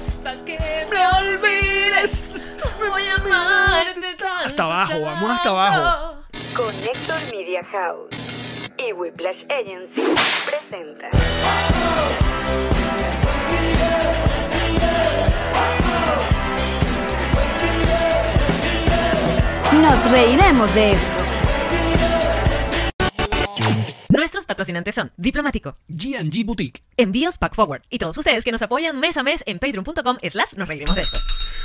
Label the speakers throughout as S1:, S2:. S1: Hasta que
S2: ¡Me olvides!
S1: me voy a amarte tanto.
S2: Hasta abajo, vamos hasta abajo.
S1: tanto.
S3: Connector Media House y Whiplash Agency presenta. Nos reiremos de esto.
S1: Nuestros patrocinantes son Diplomático,
S2: G&G Boutique.
S1: Envíos Pack Forward y todos ustedes que nos apoyan mes a mes en patreon.com slash nos reiremos de esto.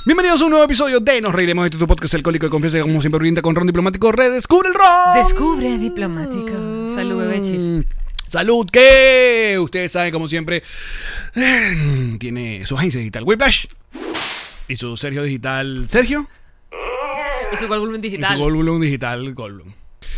S2: Bienvenidos a un nuevo episodio de Nos Reiremos de Esto, tu podcast alcohólico de confianza que como siempre brinda con Ron Diplomático. ¡Redescubre el Ron! Mm.
S1: Descubre Diplomático. Salud, bebechis.
S2: Salud, que ustedes saben, como siempre, em, tiene su agencia digital Whiplash y su Sergio Digital Sergio
S1: Y su volumen
S2: y su
S1: digital.
S2: Goldblum Digital Goldblum.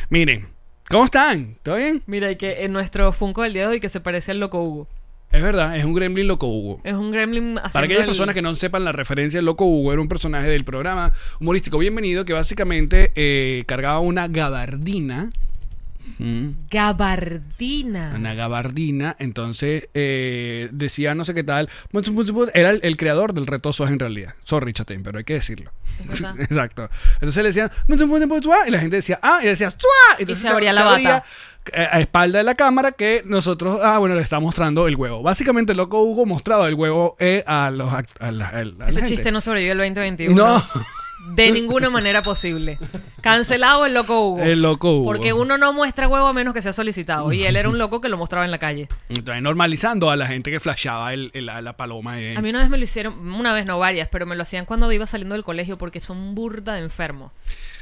S2: Miren, ¿cómo están? ¿Todo bien?
S1: Mira, y que en nuestro Funko del día de hoy que se parece al Loco Hugo.
S2: Es verdad, es un gremlin loco Hugo.
S1: Es un gremlin haciendo
S2: Para aquellas
S1: el-
S2: personas que no sepan la referencia, Loco Hugo era un personaje del programa humorístico Bienvenido que básicamente eh, cargaba una gabardina. Mm,
S1: Gabardina.
S2: Una gabardina. Entonces eh, decía no sé qué tal. Muts, muts, muts. pues, Era el, el creador del reto Soja en realidad. Sorry, Chatín, pero hay que decirlo.
S1: Es verdad.
S2: Exacto. Entonces le decían "Pues, muts, muts, muts, muts, y la gente decía ah, y le decía "Suá". Entonces
S1: se abría la bata.
S2: eh, a espalda de la cámara que nosotros, ah, bueno, le está mostrando el huevo. Básicamente, Loco Hugo mostraba el huevo eh, a los act- a la- a la- a la
S1: Ese
S2: gente.
S1: chiste no sobrevivió el 2021.
S2: No.
S1: De ninguna manera posible. Cancelado el loco Hugo.
S2: El loco Hugo.
S1: Porque uno no muestra huevo a menos que sea solicitado. Y él era un loco que lo mostraba en la calle.
S2: Entonces, normalizando a la gente que flashaba el, el- la, la paloma. eh.
S1: A mí una vez me lo hicieron, una vez no varias, pero me lo hacían cuando iba saliendo del colegio porque son burda de enfermos.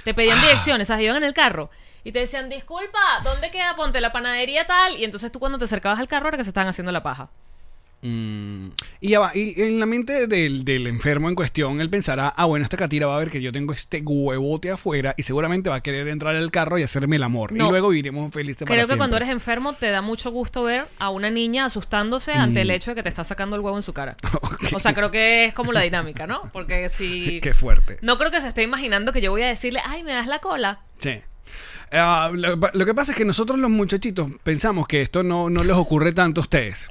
S1: Te
S2: Ah.
S1: pedían direcciones, o sea, iban en el carro y te decían, disculpa, ¿dónde queda? Ponte la panadería tal. Y entonces tú cuando te acercabas al carro era que se estaban haciendo la paja.
S2: Mm. Y ya va, y en la mente del, del enfermo en cuestión, él pensará, ah, bueno, esta catira va a ver que yo tengo este huevote afuera y seguramente va a querer entrar al carro y hacerme el amor.
S1: No.
S2: Y luego viviremos felices para
S1: Creo que
S2: siempre.
S1: cuando eres enfermo te da mucho gusto ver a una niña asustándose ante el hecho de que te está sacando el huevo en su cara.
S2: Ok.
S1: O sea, creo que es como la dinámica, ¿no? Porque si...
S2: Qué fuerte.
S1: No creo que se esté imaginando que yo voy a decirle, ay, me das la cola.
S2: Sí. Ah, lo, lo que pasa es que nosotros los muchachitos pensamos que esto no, no les ocurre tanto a ustedes.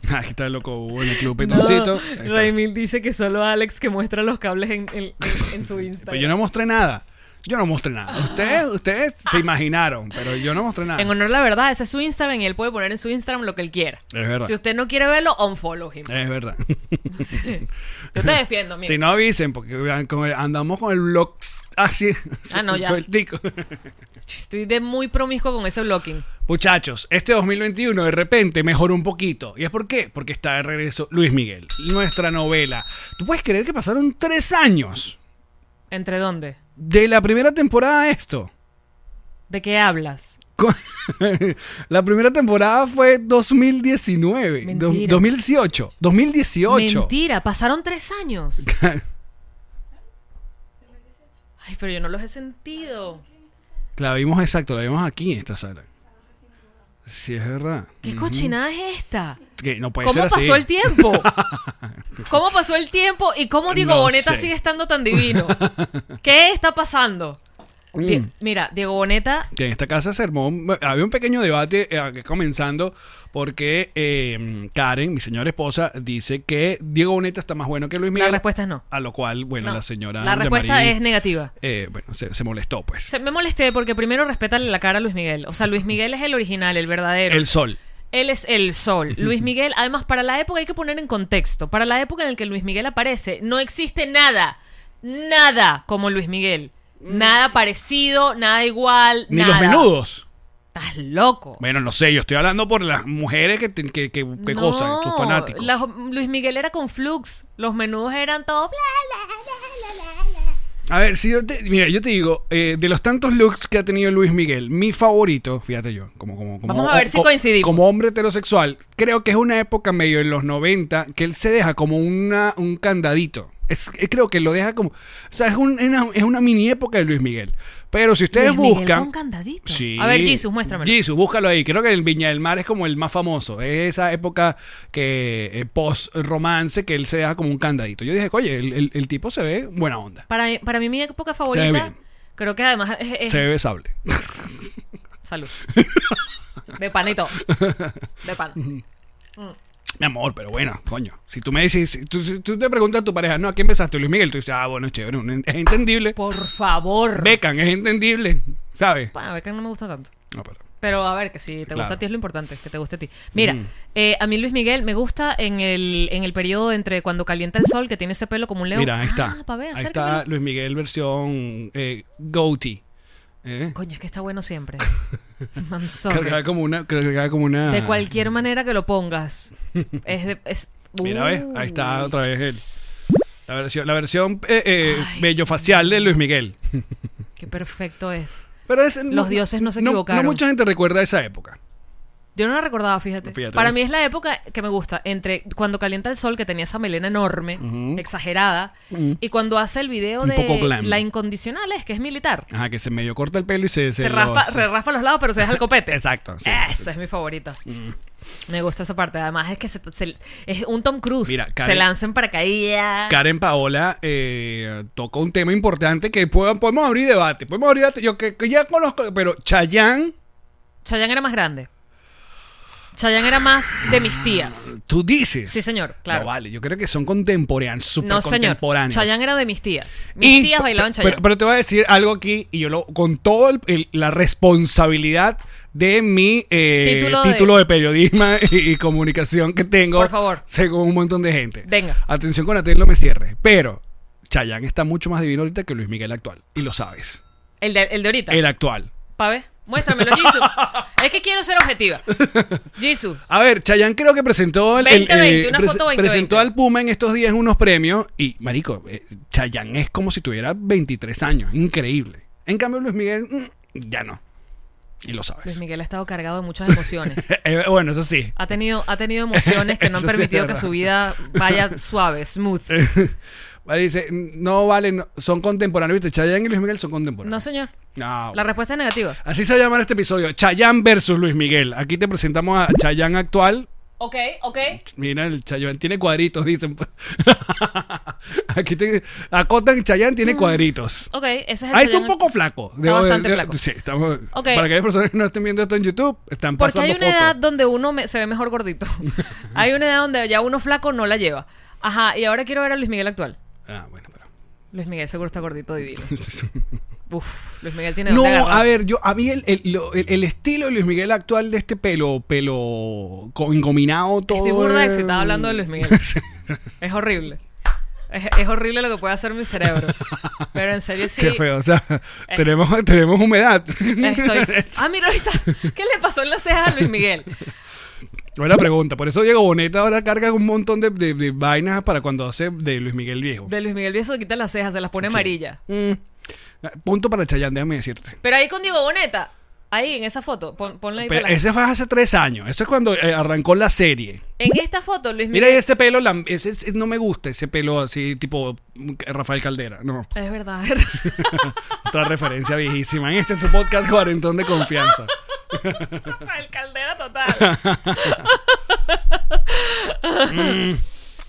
S2: Aquí está el loco Hugo en el club Petoncito. Ahí está.
S1: Raimil dice que solo Alex que muestra los cables en, en- en- en su Instagram.
S2: Pero Pues yo no mostré nada. Yo no mostré nada. Ustedes, ustedes se imaginaron, pero yo no mostré nada.
S1: En honor a la verdad, ese es su Instagram y él puede poner en su Instagram lo que él quiera.
S2: Es verdad.
S1: Si usted no quiere verlo, unfollow him.
S2: Es verdad.
S1: Yo te defiendo, mira.
S2: si no avisen, porque vean, como andamos con el blog así,
S1: Ah, no, ya.
S2: sueltico.
S1: Estoy de muy promiscuo con ese blocking.
S2: Muchachos, este 2021 de repente mejoró un poquito. ¿Y es por qué? Porque está de regreso Luis Miguel, nuestra novela. ¿Tú puedes creer que pasaron tres años
S1: ¿Entre dónde?
S2: de la primera temporada a esto?
S1: ¿De qué hablas?
S2: Co- la primera temporada fue 2019, do-
S1: Mentira.
S2: 2018, 2018.
S1: Mentira, pasaron tres años. Ay, pero yo no los he sentido.
S2: La vimos exacto, la vimos aquí en esta sala. Sí, es verdad.
S1: ¿Qué cochinada es esta?
S2: Que no puede
S1: ¿Cómo
S2: ser así.
S1: pasó el tiempo? ¿Cómo pasó el tiempo y cómo Diego
S2: No
S1: Boneta
S2: sé.
S1: sigue estando tan divino? ¿Qué está pasando?
S2: Mm.
S1: Di- mira, Diego Boneta
S2: que en esta casa se armó, un- había un pequeño debate eh, comenzando porque eh, Karen, mi señora esposa, dice que Diego Boneta está más bueno que Luis Miguel.
S1: La respuesta es no.
S2: A lo cual, bueno,
S1: No,
S2: la señora...
S1: La
S2: de
S1: respuesta
S2: Marín,
S1: es negativa.
S2: eh, bueno, se, se molestó, pues.
S1: Se- me molesté porque primero respétale la cara a Luis Miguel. O sea, Luis Miguel es el original, el verdadero.
S2: el sol.
S1: Él es el sol. Luis Miguel, además, para la época hay que poner en contexto. Para la época en la que Luis Miguel aparece, no existe nada, nada como Luis Miguel. Nada parecido, nada igual.
S2: Mm. Ni
S1: nada.
S2: los menudos.
S1: Estás loco.
S2: Bueno, no sé, yo estoy hablando por las mujeres que, te- que, que, que
S1: No,
S2: gozan, tus fanáticos.
S1: la- Luis Miguel era con flux. Los menudos eran todo. bla,
S2: A ver, si yo te, mira, yo te digo, eh, de los tantos looks que ha tenido Luis Miguel, mi favorito, fíjate yo, como, como, como-
S1: Vamos a ver si
S2: co-
S1: coincidimos.
S2: Como hombre heterosexual, creo que es una época medio en los 90 que él se deja como una, un candadito. Es, eh, creo que lo deja como. O sea, es, un- es una, es una mini época de Luis Miguel. Pero si ustedes
S1: Luis Miguel
S2: buscan.
S1: con candadito.
S2: Sí.
S1: A ver, Jesus, muéstramelo.
S2: Jesus, búscalo ahí. Creo que el Viña del Mar es como el más famoso. Es esa época que eh, post-romance que él se deja como un candadito. Yo dije, oye, el, el- el tipo se ve buena onda.
S1: Para, para mí, mi época
S2: Se ve
S1: favorita,
S2: bien.
S1: creo que además es. es-
S2: Se ve sable.
S1: Salud. De panito. De pan.
S2: Mi amor, pero bueno, coño. Si tú me dices, si tú, si tú te preguntas a tu pareja, no, ¿a qué empezaste? Luis Miguel, tú dices, ah, bueno, chévere, un- es entendible.
S1: Por favor.
S2: Becan, es entendible, ¿sabes?
S1: Pana, Beckham no me gusta tanto.
S2: No, pero-
S1: Pero a ver, que si te gusta
S2: Claro. Mm.
S1: a ti es lo importante, que te guste a ti. Mira, eh, a mí Luis Miguel me gusta en el, en el periodo entre cuando calienta el sol, que tiene ese pelo como un león.
S2: Mira, ahí está.
S1: Ah, pa' ver,
S2: ahí está
S1: acércamelo.
S2: Luis Miguel versión eh, goatee. ¿Eh?
S1: Coño, es que está bueno siempre. I'm sorry.
S2: Cargada como una, cargada como una.
S1: De cualquier manera que lo pongas. Es de- es- uh,
S2: Mira, ves, ahí está
S1: Uy.
S2: otra vez él. La versión, la versión eh, eh, bellofacial de Luis Miguel.
S1: Qué perfecto es.
S2: Pero es-
S1: Los dioses no se equivocaron.
S2: No, mucha gente recuerda esa época.
S1: Yo no la recordaba, fíjate.
S2: Fíjate. ¿eh?
S1: Para mí es la época que me gusta, entre cuando calienta el sol, que tenía esa melena enorme, exagerada, y cuando hace el video
S2: Un
S1: de
S2: poco glam.
S1: La Incondicional, es que es militar.
S2: Ajá, que se medio corta el pelo y se.
S1: Se, raspa,
S2: los-
S1: se raspa los lados, pero se deja el copete.
S2: Exacto. sí,
S1: Esa
S2: sí, sí. Mm.
S1: es mi favorita. Me gusta esa parte. Además, es que se, se- es un Tom Cruise.
S2: Mira,
S1: se
S2: Karen-
S1: lanza en paracaídas.
S2: Karen Paola eh, toca un tema importante que puedan- podemos abrir debate. Podemos abrir debate. Yo que, que ya conozco, pero Chayanne,
S1: Chayanne era más grande. Chayanne era más de mis tías.
S2: tú dices.
S1: Sí, señor, claro.
S2: Ah, No vale, yo creo que son contemporáneos, súper
S1: No, señor.
S2: contemporáneos.
S1: Chayanne era de mis tías. Mis
S2: Y-
S1: tías bailaban
S2: pero,
S1: Chayanne.
S2: pero te voy a decir algo aquí, y yo lo, con toda la responsabilidad de mi eh,
S1: Título
S2: título,
S1: de-
S2: de... periodismo y, y comunicación que tengo,
S1: Por favor.
S2: según un montón de gente.
S1: Venga.
S2: Atención con Atenlo me cierre. Pero Chayanne está mucho más divino ahorita que Luis Miguel actual, y lo sabes.
S1: el, de, el de ahorita.
S2: El actual.
S1: Pa' ver. Muéstramelo, Jesus. es que quiero ser objetiva. Jesus.
S2: A ver, Chayanne creo que presentó el, el,
S1: 2020, una foto 2020.
S2: presentó al Puma en estos días unos premios y marico, eh, Chayanne es como si tuviera 23 años, increíble. En cambio Luis Miguel mm, ya no. Y lo sabes.
S1: Luis Miguel ha estado cargado de muchas emociones.
S2: Eh, bueno, eso sí.
S1: Ha tenido, ha tenido emociones que no han
S2: Eso sí es
S1: permitido que
S2: verdad. Eh.
S1: su vida vaya suave, smooth.
S2: Vale, dice, no vale, no- son contemporáneos, ¿viste? Chayanne y Luis Miguel son
S1: No,
S2: contemporáneos.
S1: señor.
S2: No,
S1: La
S2: bueno.
S1: respuesta es negativa.
S2: Así se llama este episodio, Chayanne versus Luis Miguel. Aquí te presentamos a Chayanne actual.
S1: Ok, ok.
S2: Mira, el Chayanne tiene cuadritos, dicen. pues. Aquí te acotan, Chayanne
S1: Mm.
S2: tiene cuadritos.
S1: Ok, ese es el
S2: Ahí está un
S1: Chayanne-
S2: poco flaco. Debo-
S1: bastante
S2: de-
S1: flaco.
S2: Sí, estamos.
S1: Ok.
S2: Para aquellas personas que no estén viendo esto en YouTube, están
S1: Porque
S2: pasando
S1: hay una
S2: fotos.
S1: edad donde uno me- se ve mejor gordito. hay una edad donde ya uno flaco no la lleva. Ajá, y ahora quiero ver a Luis Miguel actual.
S2: Ah, bueno, pero.
S1: Luis Miguel seguro está gordito divino. Uf, Luis Miguel tiene
S2: No,
S1: dónde agarrar.
S2: a ver, yo a mí el, el- lo- el- el estilo de Luis Miguel actual de este pelo, pelo co- engominado todo.
S1: Estoy burda
S2: es-
S1: excitada hablando de Luis Miguel.
S2: Sí.
S1: Es horrible. Es, es horrible lo que puede hacer mi cerebro. Pero en serio sí.
S2: Qué feo, o sea, tenemos, tenemos humedad.
S1: Estoy... Ah, mira ahorita. ¿Qué le pasó en las cejas a Luis Miguel?
S2: Buena pregunta. Por eso Diego Boneta ahora carga un montón de, de- de vainas para cuando hace de Luis Miguel viejo.
S1: De Luis Miguel Vieso quita las cejas, se las pone amarilla.
S2: Mm. Punto para Chayanne, déjame decirte.
S1: Pero ahí con Diego Boneta, ahí en esa foto, pon- ponla ahí.
S2: Pero
S1: para la-
S2: ese fue hace tres años. Eso es cuando eh, arrancó la serie.
S1: En esta foto, Luis Miguel.
S2: Mira, y este pelo, lam- ese- ese- no me gusta ese pelo así, tipo mm, Rafael Caldera. No.
S1: Es verdad.
S2: Otra referencia viejísima. En este tu podcast cuarentón de confianza.
S1: Rafael Caldera total.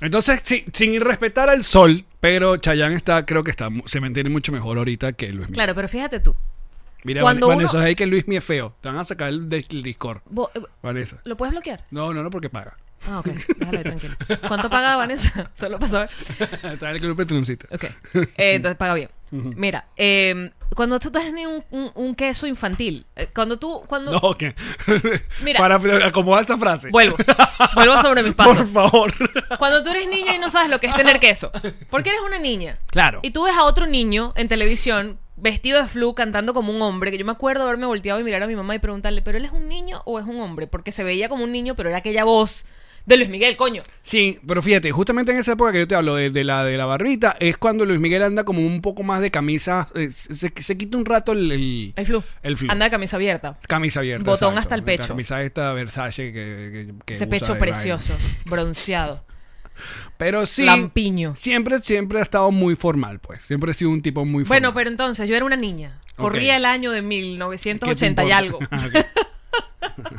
S2: Entonces, sí, sin respetar al sol, pero Chayanne está, creo que está, mu- se mantiene mucho mejor ahorita que Luis Miguel.
S1: Claro, pero fíjate tú.
S2: Mira,
S1: Cuando
S2: Van- Vanessa,
S1: uno-
S2: ahí que Luis Miguel es feo. Te van a sacar el, del Discord,
S1: Vo- eh,
S2: Vanessa.
S1: ¿Lo puedes bloquear?
S2: No, no, no, porque paga.
S1: Ah, ok. Déjalo ahí, tranquilo. ¿Cuánto paga Vanessa? Solo para saber.
S2: Trae el club Petroncito.
S1: Ok. Eh, entonces paga bien. Mira, eh, cuando tú estás en un, un- un queso infantil, eh, cuando tú. Cuando,
S2: No, que.
S1: Mira.
S2: Para acomodar esa frase.
S1: Vuelvo. Vuelvo sobre mis pasos.
S2: Por favor.
S1: Cuando tú eres niña y no sabes lo que es tener queso. Porque eres una niña.
S2: Claro.
S1: Y tú ves a otro niño en televisión vestido de flu cantando como un hombre, que yo me acuerdo haberme volteado y mirar a mi mamá y preguntarle, ¿pero él es un niño o es un hombre? Porque se veía como un niño, pero era aquella voz de Luis Miguel, coño.
S2: Sí, pero fíjate, justamente en esa época que yo te hablo de, de la de la barbita, es cuando Luis Miguel anda como un poco más de camisa, eh, se, se quita un rato el, el,
S1: El flu.
S2: el flu.
S1: Anda de camisa abierta.
S2: camisa abierta.
S1: Botón hasta el
S2: La
S1: pecho.
S2: camisa esta Versace que, que- que
S1: Ese
S2: usa
S1: pecho
S2: de
S1: precioso, bronceado.
S2: vaina. Pero sí,
S1: Lampiño.
S2: siempre, siempre ha estado muy formal, pues. Siempre ha sido un tipo muy formal.
S1: Bueno, pero entonces yo era una niña.
S2: Ok.
S1: Corría el año de
S2: ¿Qué te
S1: 1980
S2: importa? Ah,
S1: y algo.
S2: Ok.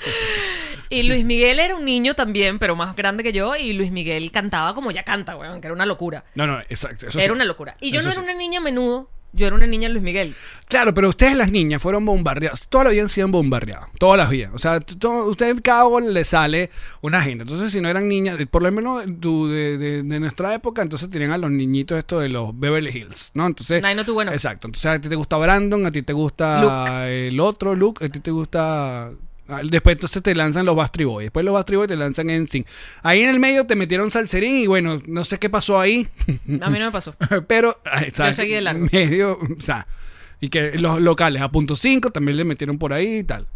S1: Y Luis Miguel era un niño también, pero más grande que yo. Y Luis Miguel cantaba como ya canta, weón, que era una locura.
S2: No, no, exacto. eso
S1: era
S2: sí.
S1: una locura. Y yo
S2: Eso
S1: no era
S2: sí.
S1: una niña menudo, yo era una niña Luis Miguel.
S2: Claro, pero ustedes las niñas fueron bombardeadas. Todas las vidas sido bombardeadas. Todas las vidas. O sea, t- to- ustedes cada uno le sale una agenda. Entonces, si no eran niñas, de- por lo menos tú, de, de- de nuestra época, entonces tenían a los niñitos esto de los Beverly Hills, ¿no? Entonces...
S1: Ay, no, tú, bueno.
S2: Exacto. Entonces, a ti te gusta Brandon, a ti te gusta
S1: Luke.
S2: el otro Luke, a ti te gusta... ah, Después entonces te lanzan los Bastry Boys, después los Bastry Boys te lanzan NSYNC. Ahí en el medio te metieron Salserín y bueno, no sé qué pasó ahí.
S1: A mí no me pasó.
S2: Pero, ay, ¿sabes?
S1: seguí de largo.
S2: Ah, Medio, o sea, y que los locales a punto 5 también le metieron por ahí y tal.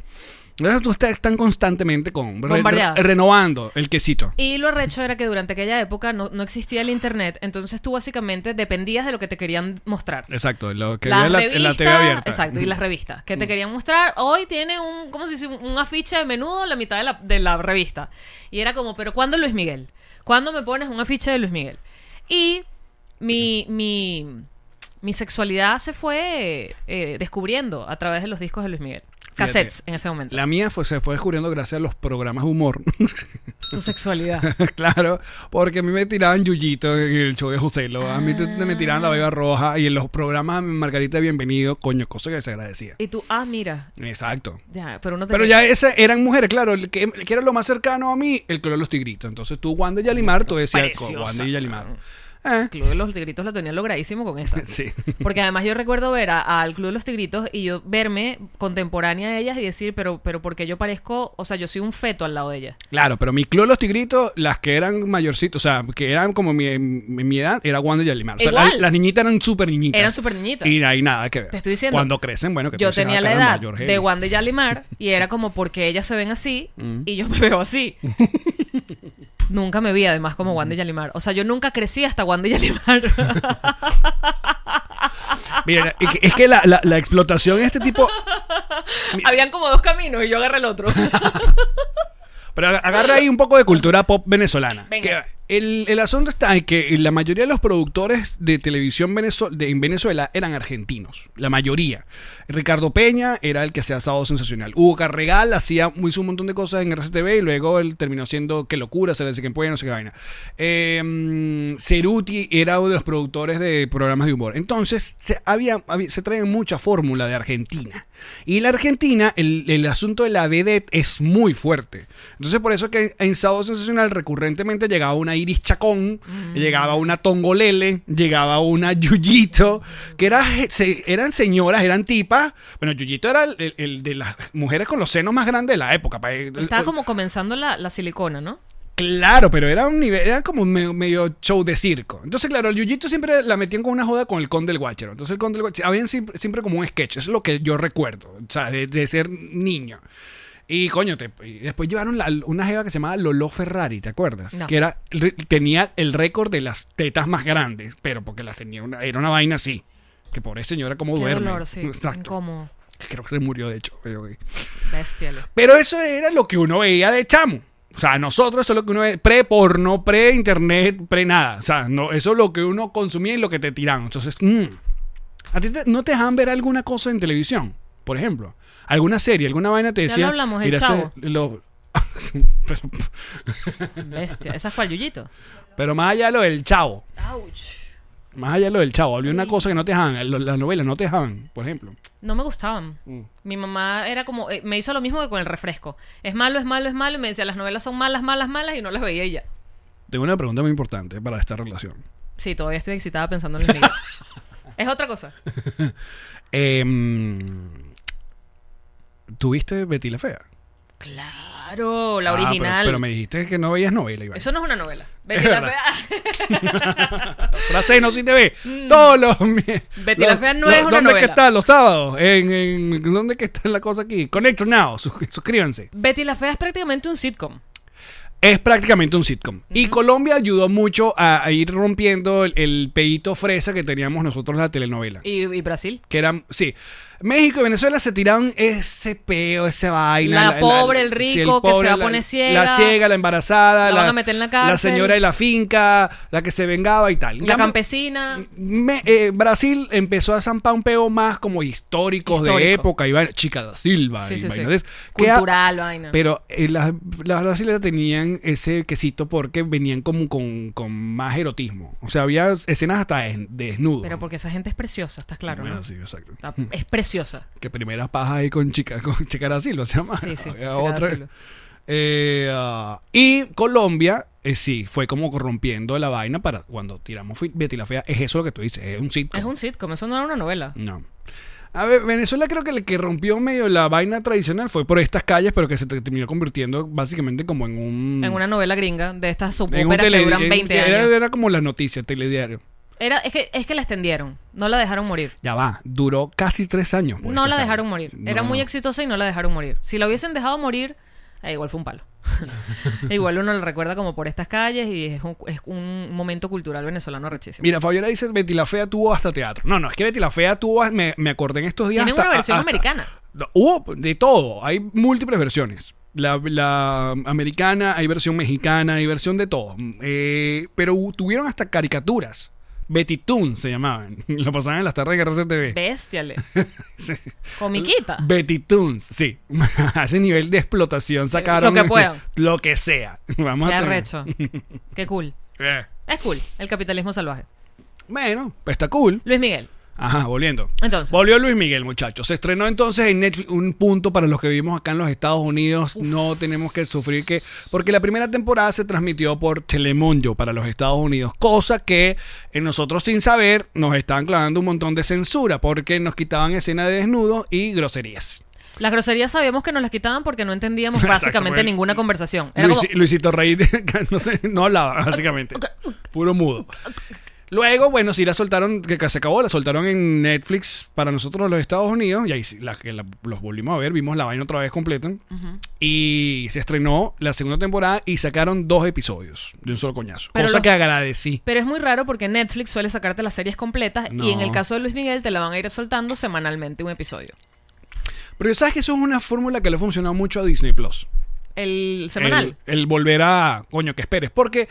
S2: Entonces tú estás- están constantemente con re-
S1: Bombardeada.
S2: re- renovando el quesito.
S1: Y lo arrecho era que durante aquella época no, no existía el internet, entonces tú básicamente dependías de lo que te querían mostrar.
S2: Exacto, lo que
S1: Las
S2: había en la, en la TV
S1: revistas-
S2: abierta.
S1: Exacto, y las revistas que te querían mostrar. Hoy tiene un, ¿cómo se dice? Un un afiche de menudo en la mitad de la, de la revista. Y era como, ¿pero cuándo Luis Miguel? ¿Cuándo me pones un afiche de Luis Miguel? Y mi, mi, mi sexualidad se fue eh, descubriendo a través de los discos de Luis Miguel. Cassettes en ese momento.
S2: La mía fue, se fue descubriendo gracias a los programas de humor.
S1: Tu sexualidad.
S2: claro, porque a mí me tiraban Yuyito en el show de Joselo, a mí te- me tiraban La Vega Roja y en los programas Margarita Bienvenido, coño, cosa que se agradecía.
S1: y tú, ah, mira.
S2: Exacto.
S1: Ya, pero uno
S2: Pero
S1: tenía-
S2: ya esas eran mujeres, claro, el que, el que era lo más cercano a mí, el color de los tigritos. Entonces tú, Wanda y Yalimar, tú decías co-
S1: Preciosa.
S2: Wanda y Yalimar. Eh,
S1: Club de los Tigritos lo tenía logradísimo con esa.
S2: sí.
S1: Porque además yo recuerdo ver a- al Club de los Tigritos y yo verme contemporánea de ellas y decir, pero, pero porque yo parezco, o sea, yo soy un feto al lado de ellas.
S2: Claro, pero mi club de los tigritos, las que eran mayorcitos, o sea, que eran como mi, mi- mi edad, era Wanda y Yalimar. O sea,
S1: Igual.
S2: la- las niñitas eran súper niñitas.
S1: Eran súper niñitas.
S2: Y ahí nada que ver.
S1: Te estoy diciendo.
S2: Cuando crecen, bueno, que tú
S1: Yo
S2: dices,
S1: tenía
S2: ah,
S1: la
S2: caramba,
S1: edad
S2: George
S1: de
S2: Haley.
S1: Wanda y Yalimar y era como porque ellas se ven así
S2: Mm.
S1: y yo me veo así. nunca me vi además como Wanda
S2: Mm.
S1: y Yalimar. O sea, yo nunca crecí hasta Wanda y Yalimar.
S2: Mira, es que- es que la, la- la explotación de este tipo.
S1: Habían como dos caminos y yo agarré el otro.
S2: Pero aga- agarra ahí un poco de cultura pop venezolana.
S1: Venga.
S2: Que el, el asunto está en que la mayoría de los productores de televisión venezo- de- en Venezuela eran argentinos. La mayoría. Ricardo Peña era el que hacía Sábado Sensacional. Hugo Carregal hacía hizo un montón de cosas en RCTV y luego él terminó siendo Qué locura, se le dice que puede, no sé qué vaina. Eh, mm, Ceruti era uno de los productores de programas de humor. Entonces se, había, había- se traen mucha fórmula de Argentina. Y la Argentina, el, el asunto de la vedette es muy fuerte. Entonces, por eso que en Sábado Sensacional recurrentemente llegaba una Iris Chacón, llegaba una Tongolele, llegaba una Yuyito, que era, ge- se- eran señoras, eran tipas. Bueno, Yuyito era el, el- el de las mujeres con los senos más grandes de la época. pa-
S1: Estaba como comenzando la, la silicona, ¿no?
S2: Claro, pero era un nivel, era como me- medio, show de circo. Entonces, claro, el Yuyito siempre la metían con una joda con el Conde del Guachero. Entonces, el Conde del Guachero, habían siempre, siempre como un sketch, eso es lo que yo recuerdo, o sea, de, de ser niño. Y coño, te- y después llevaron la- una jeva que se llamaba Lolo Ferrari, ¿te acuerdas?
S1: No.
S2: Que era, re- tenía el récord de las tetas más grandes, pero porque las tenía una, era una vaina así. Que pobre señora, cómo
S1: Qué
S2: duerme.
S1: dolor, sí.
S2: Exacto.
S1: Incómodo.
S2: Creo que se murió, de hecho. Pero-
S1: Bestial.
S2: pero eso era lo que uno veía de chamo. O sea, nosotros eso es lo que uno ve pre-porno, pre-internet, pre-nada. O sea, no, eso es lo que uno consumía y lo que te tiran. Entonces, mm. ¿a ti te- no te dejaban ver alguna cosa en televisión? Por ejemplo, alguna serie, alguna vaina te
S1: lo
S2: decía.
S1: hablamos, el
S2: eso
S1: Chavo".
S2: es lo- pero,
S1: Bestia. Esa es cual Yuyito.
S2: pero más allá de lo del chavo.
S1: Ouch.
S2: Más allá de lo del chavo. Había una cosa que no te dejaban. lo- Las novelas no te dejaban, por ejemplo.
S1: No me gustaban. Mi mamá era como, eh, me hizo lo mismo que con el refresco. Es malo, es malo, es malo. Y me decía, las novelas son malas, malas, malas. Y no las veía ella.
S2: Tengo una pregunta muy importante para esta relación.
S1: Sí, todavía estoy excitada pensando en Luis Miguel. es otra cosa.
S2: Em, ¿Tuviste Betty la Fea?
S1: Claro, la
S2: Ah, pero-
S1: original.
S2: pero, me dijiste que no veías novela, Iván.
S1: Eso no es una novela. Betty la
S2: verdad.
S1: Fea.
S2: Frase no sin TV. Todos los. Betty
S1: Mm. la Fea no es una
S2: ¿Dónde
S1: novela.
S2: que está? Los sábados. En, en- ¿Dónde que está la cosa aquí? Connector Now. sus- suscríbanse.
S1: Betty la Fea es prácticamente un sitcom.
S2: Es prácticamente un sitcom. Y Colombia ayudó mucho a, a ir rompiendo el, el peito fresa que teníamos nosotros de la telenovela.
S1: Y, y Brasil.
S2: Que eran, sí. México y Venezuela se tiraron ese peo, esa vaina.
S1: La pobre, el rico, que se va a
S2: la-
S1: poner ciega.
S2: La ciega, la embarazada.
S1: La van a meter en la cárcel.
S2: señora de la finca, la que se vengaba y tal. En
S1: La
S2: cambio,
S1: campesina.
S2: me- eh, Brasil empezó a zampar un peo más como históricos de
S1: Histórico.
S2: época. Y vaina- Chica da Silva.
S1: Sí,
S2: y
S1: sí,
S2: vaina
S1: sí.
S2: de esas. Que a-
S1: Cultural, vaina.
S2: pero eh, las, las brasileras tenían ese quesito porque venían como con, con más erotismo. O sea, había escenas hasta de de desnudo.
S1: Pero porque esa gente es preciosa, estás claro,
S2: Bueno,
S1: ¿no?
S2: sí, exacto.
S1: Está- Es preciosa.
S2: Que primeras pajas ahí con chica, con chica era Silva, se llama.
S1: Sí, sí,
S2: Había
S1: Chica
S2: Ah, otra.
S1: da Silva.
S2: Eh, ah, y Colombia, eh, sí, fue como corrompiendo la vaina para cuando tiramos Fit- Betty la Fea. Es eso lo que tú dices, es un sitcom.
S1: Es un sitcom, eso no era una novela.
S2: No. A ver, Venezuela creo que el que rompió medio la vaina tradicional fue por estas calles, pero que se te- terminó convirtiendo básicamente como en un...
S1: En una novela gringa de estas
S2: Mm. en un
S1: subóperas que
S2: tele-
S1: duran
S2: en-
S1: 20
S2: era,
S1: años.
S2: era como la noticia, telediario.
S1: Era, es, que, es que la extendieron, no la dejaron morir.
S2: Ya va, duró casi tres años. por
S1: No
S2: esta
S1: la
S2: calle.
S1: dejaron morir. Era
S2: No.
S1: muy exitosa y no la dejaron morir. Si la hubiesen dejado morir, eh, igual fue un palo. igual uno lo recuerda como por estas calles y es un, es un momento cultural venezolano rechísimo.
S2: Mira, Fabiola dice, Betty la Fea tuvo hasta teatro. No, no, es que Betty la Fea tuvo, me, me acordé en estos días.
S1: Tienen
S2: hasta-
S1: una versión
S2: hasta-
S1: americana.
S2: No, Hubo de todo, hay múltiples versiones. La, la americana, hay versión mexicana, hay versión de todo. Eh, pero hu- tuvieron hasta caricaturas. Betty Toon se llamaban. Lo pasaban en las tardes de RCTV.
S1: Bestiale.
S2: Sí.
S1: eh. Comiquita.
S2: Betty Toons, sí. A ese nivel de explotación sacaron.
S1: Lo que puedan.
S2: Lo que sea. Vamos
S1: Qué
S2: a tener-
S1: arrecho. Qué cool.
S2: Eh,
S1: Es cool. El capitalismo salvaje.
S2: Bueno, pues está cool.
S1: Luis Miguel.
S2: Ajá, volviendo.
S1: Entonces.
S2: Volvió Luis Miguel, muchachos. Se estrenó entonces en Netflix un punto para los que vivimos acá en los Estados Unidos. No tenemos que sufrir que. Porque la primera temporada se transmitió por Telemundo para los Estados Unidos. Cosa que eh, nosotros sin saber nos estaban clavando un montón de censura. Porque nos quitaban escenas de desnudos y groserías.
S1: Las groserías sabíamos que nos las quitaban porque no entendíamos
S2: Exacto,
S1: básicamente
S2: porque-
S1: ninguna conversación. Era
S2: Luis-
S1: como,
S2: Luisito Rey no, sé, no hablaba, básicamente. Puro mudo. Luego, bueno, sí la soltaron, que que se acabó, la soltaron en Netflix para nosotros los Estados Unidos, y ahí sí, la, que la- los volvimos a ver, vimos la vaina otra vez completa, y se estrenó la segunda temporada y sacaron dos episodios de un solo coñazo.
S1: Pero
S2: cosa
S1: los-
S2: que agradecí.
S1: Pero es muy raro porque Netflix suele sacarte las series completas
S2: No.
S1: y en el caso de Luis Miguel te la van a ir soltando semanalmente un episodio.
S2: Pero sabes que eso es una fórmula que le ha funcionado mucho a Disney Plus.
S1: El semanal.
S2: El, el volver a, coño, que esperes, porque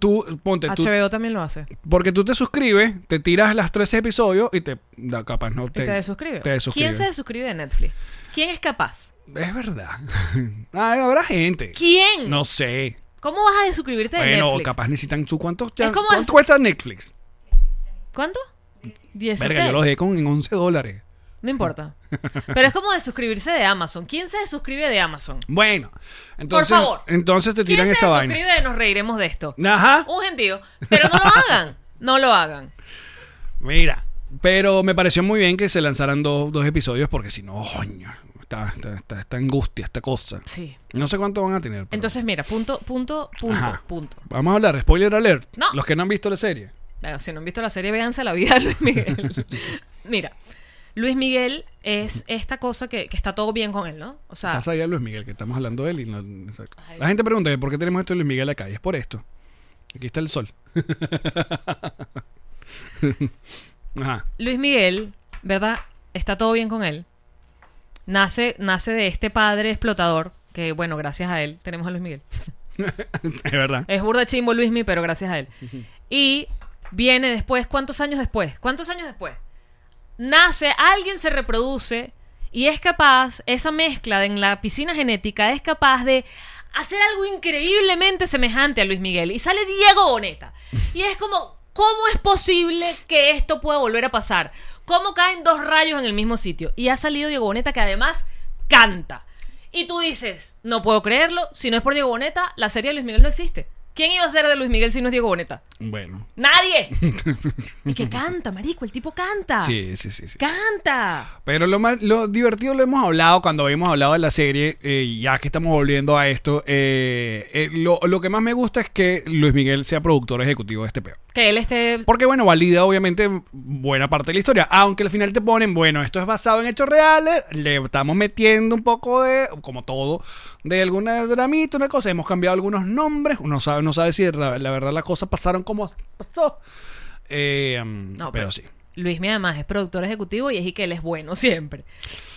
S2: tú, ponte, tú,
S1: HBO también lo hace.
S2: Porque tú te suscribes, te tiras las 13 episodios y te da capaz no
S1: Y
S2: te,
S1: te desuscribe.
S2: te desuscribe.
S1: ¿Quién se desuscribe de Netflix? ¿Quién es capaz?
S2: Es verdad. Ay, habrá gente.
S1: ¿Quién?
S2: No sé.
S1: ¿Cómo vas a desuscribirte de
S2: bueno,
S1: Netflix?
S2: capaz necesitan su cuánto
S1: Es como
S2: ¿Cuánto
S1: eso.
S2: cuesta Netflix?
S1: ¿Cuánto? 16.
S2: Verga, yo lo dejé con en 11 dólares.
S1: No importa. Pero es como desuscribirse de Amazon. ¿Quién se desuscribe de Amazon?
S2: Bueno, entonces
S1: Por favor.
S2: entonces te tiran
S1: ¿Quién se Oh.
S2: esa vaina.
S1: desuscribe de Nos Reiremos de Esto?
S2: Ajá.
S1: Un gentío. Pero no lo hagan. No lo hagan.
S2: Mira, pero me pareció muy bien que se lanzaran dos, dos episodios porque si no, coño, está, está, está- está angustia esta cosa.
S1: Sí.
S2: No sé cuánto van a tener. pero-
S1: Entonces, mira, punto, punto, punto,
S2: Ajá.
S1: punto.
S2: Vamos a hablar, spoiler alert.
S1: No.
S2: Los que no han visto la serie.
S1: Bueno, Ah, si no han visto la serie, véanse la vida de Luis Miguel. Mira, Luis Miguel es esta cosa que, que está todo bien con él, ¿no? O sea,
S2: Pasa ahí a Luis Miguel, que estamos hablando de él. y no- exacto. La gente pregunta, ¿por qué tenemos esto de Luis Miguel acá? Y es por esto. Aquí está el sol. Ajá.
S1: Luis Miguel, ¿verdad? Está todo bien con él. Nace, nace de este padre explotador, que bueno, gracias a él tenemos a Luis Miguel.
S2: Es verdad.
S1: Es burda de chimbo Luismi, pero gracias a él. Y viene después, ¿cuántos años después? ¿Cuántos años después? Nace, alguien se reproduce y es capaz, esa mezcla de en la piscina genética es capaz de hacer algo increíblemente semejante a Luis Miguel. Y sale Diego Boneta. Y es como, ¿cómo es posible que esto pueda volver a pasar? ¿Cómo caen dos rayos en el mismo sitio? Y ha salido Diego Boneta que además canta. Y tú dices, no puedo creerlo, si no es por Diego Boneta, la serie de Luis Miguel no existe. ¿Quién iba a ser de Luis Miguel si no es Diego Boneta?
S2: Bueno.
S1: ¡Nadie! y que canta, marico, el tipo canta.
S2: Sí, sí, sí. sí.
S1: ¡Canta!
S2: Pero lo, más, lo divertido lo hemos hablado cuando habíamos hablado de la serie, eh, ya que estamos volviendo a esto. eh, eh, lo, lo que más me gusta es que Luis Miguel sea productor ejecutivo de este peo.
S1: Que él esté.
S2: Porque, bueno, valida obviamente buena parte de la historia. Aunque al final te ponen, bueno, esto es basado en hechos reales, le estamos metiendo un poco de, como todo, de alguna dramita, una cosa. Hemos cambiado algunos nombres, uno sabe, no sabe si la, la verdad las cosas pasaron como pasó. Eh, pero,
S1: No, pero-
S2: sí.
S1: Luis Miguel además es productor ejecutivo y es y que él es bueno siempre.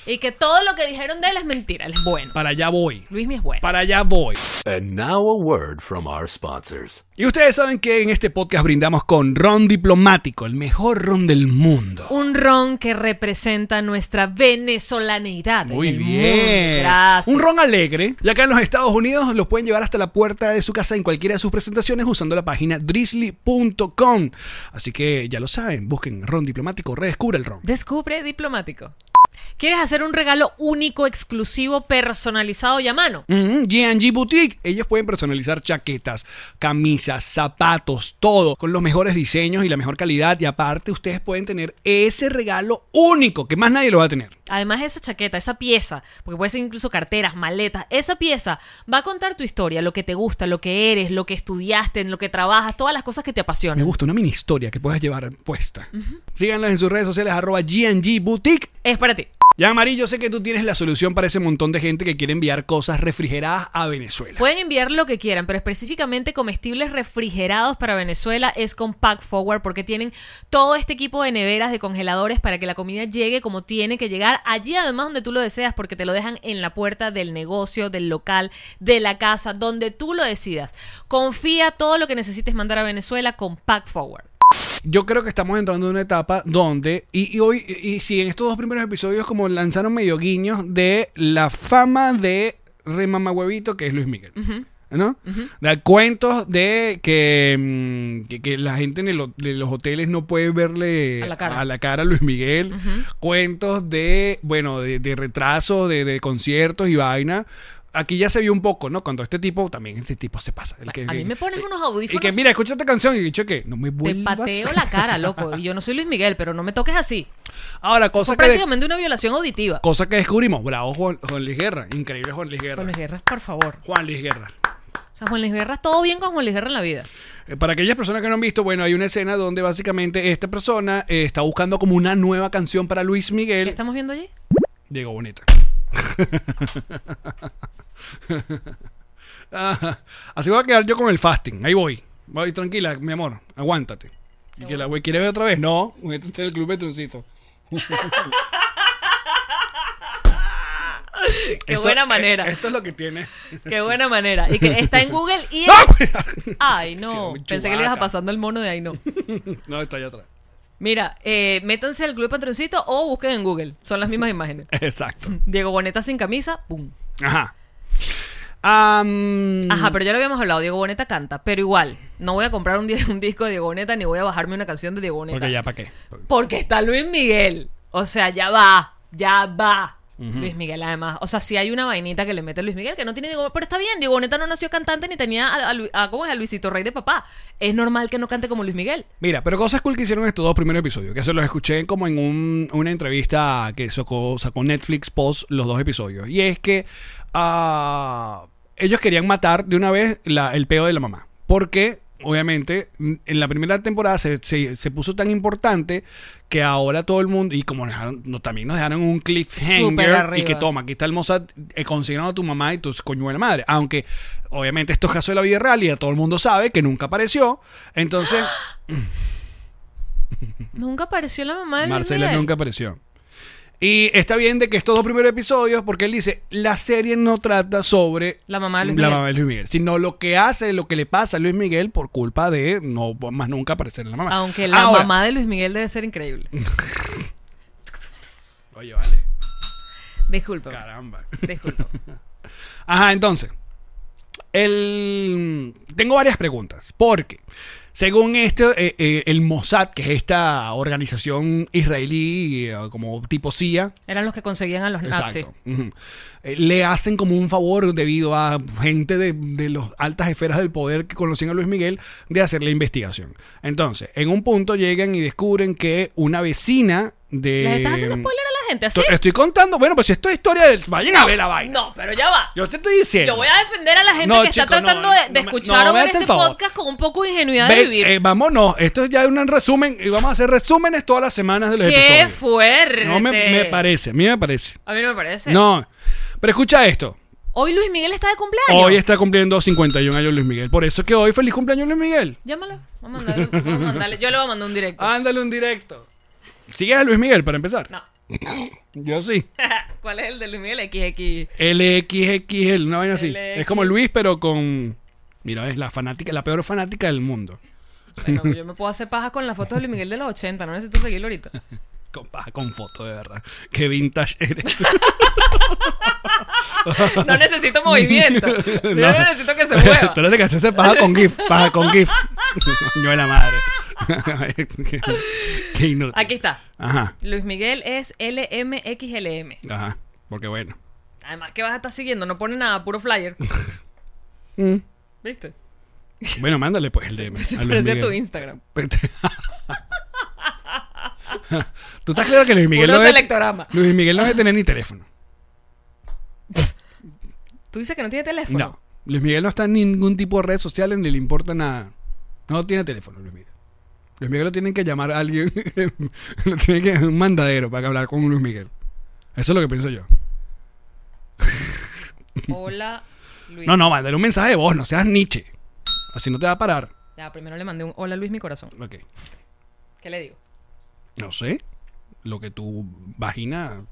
S1: Y que todo lo que dijeron de él es mentira, él es bueno.
S2: Para allá voy.
S1: Luis Miguel es bueno.
S2: Para allá voy.
S4: And now a word from our sponsors.
S2: Y ustedes saben que en este podcast brindamos con Ron Diplomático, el mejor ron del mundo.
S1: Un ron que representa nuestra venezolaneidad. en
S2: Muy
S1: el
S2: bien.
S1: mundo. Gracias.
S2: Un ron alegre. Y acá en los Estados Unidos los pueden llevar hasta la puerta de su casa en cualquiera de sus presentaciones usando la página drizzly.com. Así que ya lo saben, busquen ron diplomático, redescubre el ron.
S1: Descubre diplomático. ¿Quieres hacer un regalo único, exclusivo, personalizado y a mano?
S2: Ujú, G&G Boutique. Ellos pueden personalizar chaquetas, camisas, zapatos, todo con los mejores diseños y la mejor calidad. Y aparte, ustedes pueden tener ese regalo único que más nadie lo va a tener.
S1: Además, esa chaqueta, esa pieza, porque puede ser incluso carteras, maletas, esa pieza va a contar tu historia, lo que te gusta, lo que eres, lo que estudiaste, en lo que trabajas, todas las cosas que te
S2: Me
S1: apasionan.
S2: gusta una mini historia que puedas llevar puesta. Síganlas en sus redes sociales, arroba GNG Boutique.
S1: Es para ti.
S2: Ya, Mari, yo sé que tú tienes la solución para ese montón de gente que quiere enviar cosas refrigeradas a Venezuela.
S1: Pueden enviar lo que quieran, pero específicamente comestibles refrigerados para Venezuela es con Pack Forward porque tienen todo este equipo de neveras, de congeladores para que la comida llegue como tiene que llegar allí además donde tú lo deseas porque te lo dejan en la puerta del negocio, del local, de la casa, donde tú lo decidas. Confía todo lo que necesites mandar a Venezuela con Pack Forward.
S2: Yo creo que estamos entrando en una etapa donde, y, y hoy, y, y si en estos dos primeros episodios como lanzaron medio guiños de la fama de remamahuevito que es Luis Miguel. ¿No? Da cuentos de que, mm, que, que la gente en el ho- de los hoteles no puede verle
S1: A la cara.
S2: a Luis Miguel. Cuentos de, bueno, de, de retrasos, de, de conciertos y vaina. Aquí ya se vio un poco, ¿no? Cuando este tipo, también este tipo se pasa. El que-
S1: A mí me pones
S2: eh,
S1: unos
S2: Y
S1: audífonos.
S2: que mira, escucha esta canción y he dicho que no me
S1: te
S2: vuelvas
S1: pateo la cara, loco. Y Yo no soy Luis Miguel, pero no me toques así.
S2: Ahora, cosa
S1: Fue
S2: que, de-
S1: prácticamente una violación auditiva.
S2: cosa que descubrimos. Bravo Juan, Juan Luis Guerra. Increíble Juan Luis Guerra.
S1: Juan Luis Guerra, por favor.
S2: Juan Luis Guerra.
S1: O sea, Juan Luis Guerra, todo bien con Juan Luis Guerra en la vida.
S2: Eh, Para aquellas personas que no han visto, bueno, hay una escena donde básicamente esta persona eh, está buscando como una nueva canción para Luis
S1: ¿Qué
S2: Miguel.
S1: estamos viendo allí?
S2: Diego Boneta. Ah, Así voy a quedar yo con el fasting. Ahí voy. Voy tranquila, mi amor. Aguántate. Y que la güey quiere ver otra vez. No, métete en el club Petroncito.
S1: Qué buena manera.
S2: Esto es lo que tiene.
S1: Qué buena manera. Y que está en Google y. Ay, no.
S2: Muy
S1: Pensé que le
S2: chubaca.
S1: ibas pasando el mono de ahí, no.
S2: No, está allá atrás.
S1: Mira, eh, métanse al Club Patroncito o busquen en Google. Son las mismas imágenes.
S2: Exacto.
S1: Diego Boneta sin camisa, ¡pum!
S2: Ajá. Am,
S1: Ajá, pero ya lo habíamos hablado. Diego Boneta canta. Pero igual, no voy a comprar un, di- un disco de Diego Boneta ni voy a bajarme una canción de Diego Boneta.
S2: Porque ya, ¿para qué?
S1: Porque está Luis Miguel. O sea, ya va, ya va. Luis Miguel, además. O sea, sí hay una vainita que le mete Luis Miguel que no tiene Diego. Pero está bien, Diego Boneta no nació cantante ni tenía a, a Lu- a- ¿cómo es? a Luisito Rey de papá. Es normal que no cante como Luis Miguel.
S2: Mira, pero cosas cool que hicieron estos dos primeros episodios, que se los escuché como en un- una entrevista que sacó, sacó Netflix post los dos episodios. Y es que ah, ellos querían matar de una vez la- el peo de la mamá. Porque, obviamente, en la primera temporada se, se- se puso tan importante que ahora todo el mundo, y como nos dejaron- no- también nos dejaron un
S1: Súper
S2: cliffhanger,
S1: arriba.
S2: y que toma, aquí está el Mossad eh, consignado a tu mamá y tu coño de la madre. Aunque, obviamente, estos casos de la vida real y ya todo el mundo sabe que nunca apareció. Entonces...
S1: Nunca apareció la mamá de Luis
S2: Marcela
S1: Miguel.
S2: nunca apareció. Y está bien de que estos dos primeros episodios, porque él dice, la serie no trata sobre
S1: La mamá de Luis
S2: la
S1: Miguel.
S2: mamá de Luis Miguel, sino lo que hace, lo que le pasa a Luis Miguel por culpa de no más nunca aparecer en la mamá.
S1: Aunque la
S2: Ahora-
S1: mamá de Luis Miguel debe ser increíble.
S2: Oye, vale,
S1: Disculpa.
S2: caramba.
S1: Disculpa.
S2: Ajá, entonces. El... Tengo varias preguntas. Porque Según este, eh, eh, el Mossad, que es esta organización israelí eh, como tipo CIA,
S1: Eran los que conseguían a los nazis.
S2: Exacto. Ujú. Eh, Le hacen como un favor debido a gente de, de las altas esferas del poder que conocían a Luis Miguel de hacer la investigación. Entonces, en un punto llegan y descubren que una vecina de...
S1: ¿Les estás haciendo spoiler a la gente así?
S2: Estoy, estoy contando, bueno, pues si esto es historia del... Vayan a ver la vaina.
S1: No, pero ya va.
S2: Yo te estoy diciendo...
S1: Yo voy a defender a la gente
S2: No,
S1: que
S2: chico,
S1: está tratando
S2: no,
S1: de,
S2: no
S1: de
S2: me-
S1: escuchar
S2: no
S1: o
S2: me
S1: ver
S2: hacen
S1: este
S2: favor.
S1: podcast con un poco de ingenuidad de
S2: Ve-
S1: vivir.
S2: eh, vámonos, esto es ya un resumen y vamos a hacer resúmenes todas las semanas de los
S1: ¡Qué
S2: episodios.
S1: fuerte!
S2: Este No me, me parece, a mí me parece.
S1: A mí no me parece.
S2: No, pero escucha esto.
S1: Hoy Luis Miguel está de cumpleaños.
S2: Hoy está cumpliendo 51 años Luis Miguel. Por eso que hoy feliz cumpleaños Luis Miguel.
S1: Llámalo. Vamos a mandarle. vamos a mandarle. Yo le voy a mandar un directo.
S2: Ándale un directo. ¿Sigues a Luis Miguel para empezar?
S1: No.
S2: Yo sí.
S1: ¿Cuál es el de Luis Miguel? XX.
S2: LXXL, una vaina así.
S1: LX.
S2: Es como Luis, pero con. Mira, es la fanática, la peor fanática del mundo.
S1: Bueno, yo me puedo hacer paja con las fotos de Luis Miguel de los 80. No necesito seguirlo ahorita.
S2: Con, paja, con foto, de verdad. Qué vintage eres tú.
S1: No necesito movimiento. Yo no necesito que se mueva.
S2: Tú eres de que se hace paja con GIF. Paja con GIF. Yo de la madre. Qué- Qué inútil.
S1: Aquí está.
S2: Ajá.
S1: Luis Miguel es LMXLM.
S2: Ajá. Porque bueno.
S1: Además, ¿qué vas a estar siguiendo? No pone nada, puro flyer. ¿Viste?
S2: Bueno, mándale pues el DM.
S1: Se
S2: a Luis
S1: parece a tu
S2: Miguel.
S1: Instagram.
S2: Vete. Tú estás claro que Luis Miguel
S1: Puro
S2: no debe,
S1: selectorama.
S2: Luis Miguel no debe tener ni teléfono.
S1: Tú dices que no tiene teléfono.
S2: No. Luis Miguel no está en ningún tipo de red social ni le importa nada. No tiene teléfono, Luis Miguel. Luis Miguel lo tienen que llamar a alguien. lo tienen que un mandadero para que hablar con Luis Miguel. Eso es lo que pienso yo.
S1: Hola, Luis.
S2: No, no, mandale un mensaje de voz, no seas Nietzsche. Así no te va a parar.
S1: Ya, primero le mandé un hola, Luis, mi corazón.
S2: Ok.
S1: ¿Qué le digo?
S2: No sé. Lo que tu vagina.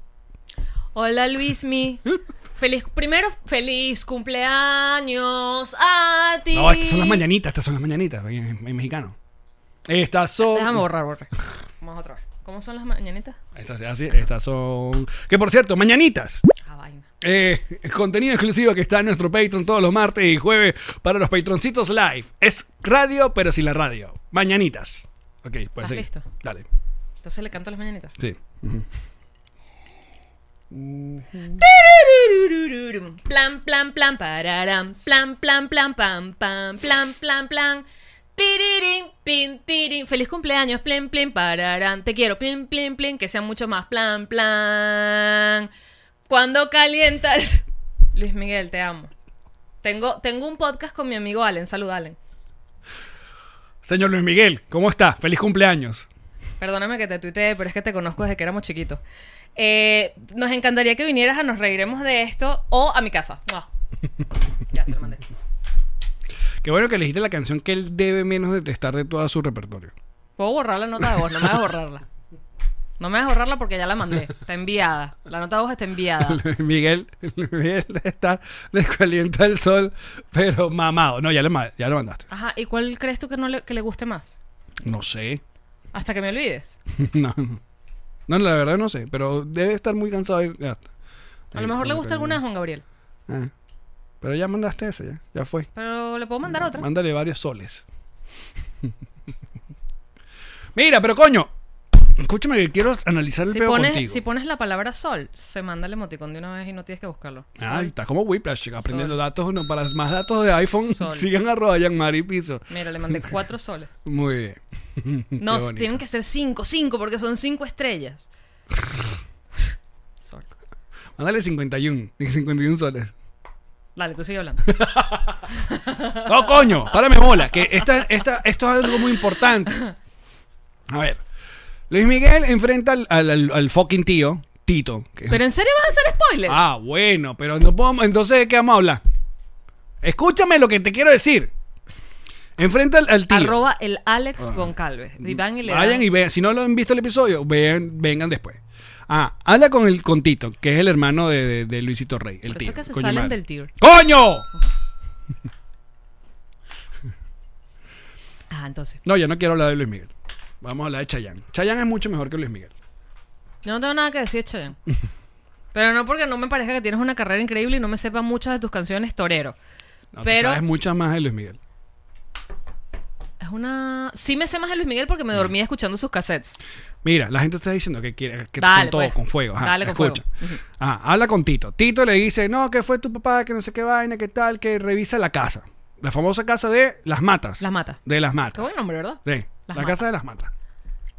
S1: Hola, Luis, mi. Feliz, primero, feliz cumpleaños a ti.
S2: No, estas son las mañanitas, estas son las mañanitas en, en mexicano. Estas son.
S1: Déjame borrar, borrar. Vamos otra vez. ¿Cómo son las mañanitas?
S2: Estas, así, estas son. Que por cierto, mañanitas.
S1: Ah, vaina.
S2: Eh, contenido exclusivo que está en nuestro Patreon todos los martes y jueves para los Patroncitos Live. Es radio, pero sin la radio. Mañanitas. Ok, pues
S1: ¿Estás
S2: sí.
S1: listo?
S2: Dale.
S1: Entonces le canto las mañanitas.
S2: Sí. Ujú.
S1: Tururururum. Plan, plan, plan, pararam. Plan, plan, plan, pam, pam, plan, plan, plan. Piririn, pin, tirin. Feliz cumpleaños, plin, plin, pararam. Te quiero, plin, plin, plin. Que sean mucho más. Plan, plan. Cuando calientas. Luis Miguel, te amo. Tengo, tengo un podcast con mi amigo Allen. Salud, Allen.
S2: Señor Luis Miguel, ¿cómo está? Feliz cumpleaños.
S1: Perdóname que te tuiteé, pero es que te conozco desde que éramos chiquitos. Eh, nos encantaría que vinieras a Nos Reiremos de Esto o a mi casa. ¡Mua! Ya se lo mandé.
S2: Qué bueno que elegiste la canción que él debe menos detestar de todo su repertorio.
S1: Puedo borrar la nota de voz, no me hagas borrarla. No me hagas borrarla porque ya la mandé. Está enviada. La nota de voz está enviada.
S2: Luis Miguel, Luis Miguel está descalienta el sol, pero mamado. No, ya lo, ma- ya lo mandaste.
S1: Ajá, ¿y cuál crees tú que no le, que le guste más?
S2: No sé.
S1: Hasta que me olvides.
S2: No. No, la verdad no sé, pero debe estar muy cansado. y- ya está.
S1: A lo mejor le gusta alguna de Juan Gabriel.
S2: Ah. Pero ya mandaste ese, ya, ya fue.
S1: Pero le puedo mandar otra.
S2: Mándale varios soles. Mira, pero coño, escúchame que quiero analizar el
S1: Si
S2: peo
S1: pones,
S2: contigo.
S1: si pones la palabra sol, se manda el emoticón de una vez y no tienes que buscarlo.
S2: Ah, está como Whiplash, chica, aprendiendo datos. No, para más datos de iPhone,
S1: Sol.
S2: sigan a Ryan Mari Piso.
S1: Mira, le mandé cuatro soles.
S2: Muy bien.
S1: No,
S2: Qué bonito.
S1: tienen que ser cinco, cinco, porque son cinco estrellas. Sol.
S2: Mándale 51, 51 soles.
S1: Dale, tú sigue hablando.
S2: No, coño, párame bola, que esta, esta, esto es algo muy importante. A ver, Luis Miguel enfrenta al, al- al- al fucking tío, Tito. que-
S1: ¿Pero en serio vas a hacer spoiler?
S2: ah, bueno, pero no podemos, entonces, ¿de qué vamos a hablar? Escúchame lo que te quiero decir. Enfrenta al, al tío. Ah.
S1: Arroba el Alex Goncalves. Y van y le
S2: Vayan
S1: dan-
S2: y vean, si no lo han visto el episodio, vean, vengan después. Ah, habla con el con Tito, que es el hermano de, de- de Luisito Rey, el
S1: Por
S2: tío.
S1: eso que se
S2: coño
S1: salen
S2: madre.
S1: del tier.
S2: ¡Coño!
S1: Ah, entonces.
S2: No, ya no quiero hablar de Luis Miguel. Vamos a hablar de Chayanne. Chayanne es mucho mejor que Luis Miguel.
S1: Yo no tengo nada que decir, Chayanne. Pero no porque no me parezca que tienes una carrera increíble y no me sepa muchas de tus canciones torero.
S2: No, tú
S1: pero
S2: sabes muchas más de Luis Miguel.
S1: es una... Sí me sé más de Luis Miguel porque me dormía escuchando sus cassettes.
S2: Mira, la gente está diciendo que quiere que
S1: Dale,
S2: con todo,
S1: pues.
S2: con fuego. Ajá,
S1: Dale con
S2: escucha.
S1: fuego.
S2: Ajá, habla con Tito. Tito le dice, no, que fue tu papá, que no sé qué vaina, que tal, que revisa la casa. La famosa casa de Las Matas.
S1: Las Matas.
S2: De Las
S1: Qué
S2: Matas.
S1: buen nombre, ¿verdad?
S2: Sí,
S1: Las
S2: la
S1: Matas.
S2: casa de Las Matas.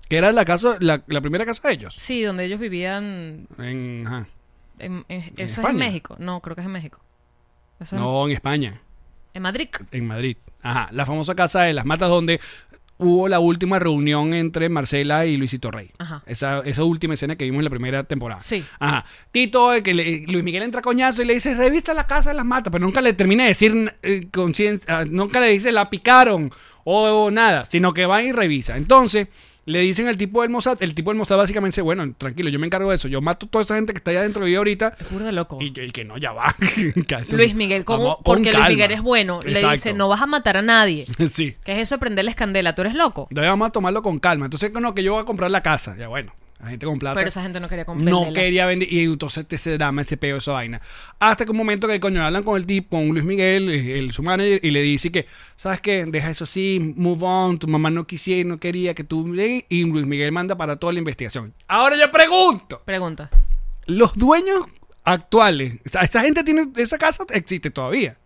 S2: Que era la casa, la, la primera casa de ellos.
S1: Sí, donde ellos vivían...
S2: En, ajá.
S1: en- en- eso es
S2: España?
S1: en México. No, creo que es en México. Eso es en-
S2: No, en España,
S1: en Madrid.
S2: en Madrid. Ajá, la famosa casa de Las Matas donde hubo la última reunión entre Marcela y Luisito Rey.
S1: Ajá.
S2: Esa, esa última escena que vimos en la primera temporada.
S1: Sí.
S2: Ajá. Tito, eh, que le- Luis Miguel entra coñazo y le dice, revista la casa de las matas, pero nunca le termina de decir, eh, conciencia- ah, nunca le dice, la picaron o, o nada, sino que va y revisa. Entonces, le dicen al tipo del Mossad, el tipo del Mossad básicamente dice, bueno, tranquilo, yo me encargo de eso, yo mato toda esa gente que está allá dentro de vida ahorita.
S1: Es burda de loco.
S2: Y, yo- y que no, ya va.
S1: Luis Miguel, ¿cómo?
S2: Vamos, con
S1: porque
S2: calma.
S1: Luis Miguel es bueno. Le dice,
S2: Exacto.
S1: no vas a matar a nadie.
S2: sí.
S1: ¿Qué es eso de prenderles candela? Tú eres loco.
S2: Entonces vamos a tomarlo con calma. Entonces, no, que yo voy a comprar la casa. Ya bueno, la gente con plata.
S1: Pero esa gente no quería comprar
S2: No
S1: candela.
S2: quería vender. Y entonces te- ese drama, ese peo, esa vaina. Hasta que un momento que coño hablan con el tipo, con Luis Miguel, el, el- su manager, y le dice que, ¿sabes qué? Deja eso así, move on, tu mamá no quisiera, no quería que tú... Y Luis Miguel manda para toda la investigación. Ahora yo pregunto,
S1: Pregunta.
S2: los dueños actuales, o sea, esa gente tiene, esa casa existe todavía.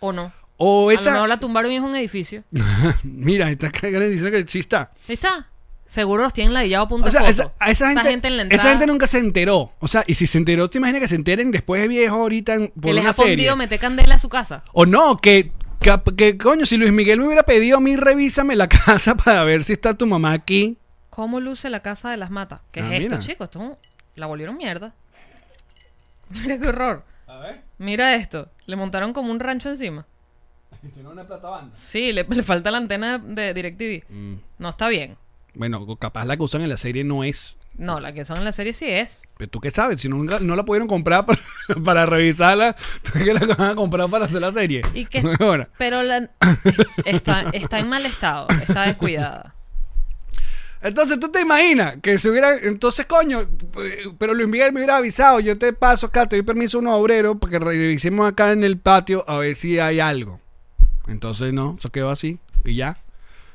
S1: ¿O no?
S2: O
S1: A lo
S2: Pues esa...
S1: mejor la tumbaron y es un edificio.
S2: Mira, está cagada diciendo que sí está.
S1: Ahí está. Seguro los tienen ladillado a
S2: O
S1: punta de
S2: sea,
S1: foto.
S2: esa, a esa, gente,
S1: en la
S2: esa
S1: entrada.
S2: gente nunca se enteró. O sea, y si se enteró, te imaginas que se enteren después de viejo ahorita en, por
S1: que les
S2: una
S1: ha
S2: serie.
S1: podido meter candela a su casa.
S2: O no, que, que, que, coño, si Luis Miguel me hubiera pedido a mí, revísame la casa para ver si está tu mamá aquí.
S1: ¿Cómo luce la casa de las matas? ¿Qué
S2: Ah,
S1: es esto,
S2: mira.
S1: chicos? Esto es un- la volvieron mierda. Mira qué horror. Mira esto. Le montaron como un rancho encima. Sí, le, le falta la antena de DirecTV.
S2: Mm.
S1: No está bien.
S2: Bueno, capaz la que usan en la serie no es.
S1: No, la que son en la serie sí es.
S2: Pero tú qué sabes, si nunca, no la pudieron comprar para, para revisarla, ¿tú qué la van a comprar para hacer la serie?
S1: ¿Y qué?
S2: Ahora,
S1: Pero la, está, está en mal estado. Está descuidada.
S2: entonces tú te imaginas que se hubiera. Entonces, coño, eh, pero Luis Miguel me hubiera avisado. Yo te paso acá, te doy permiso a unos obreros para que revisemos acá en el patio a ver si hay algo. Entonces, no, eso quedó así y ya.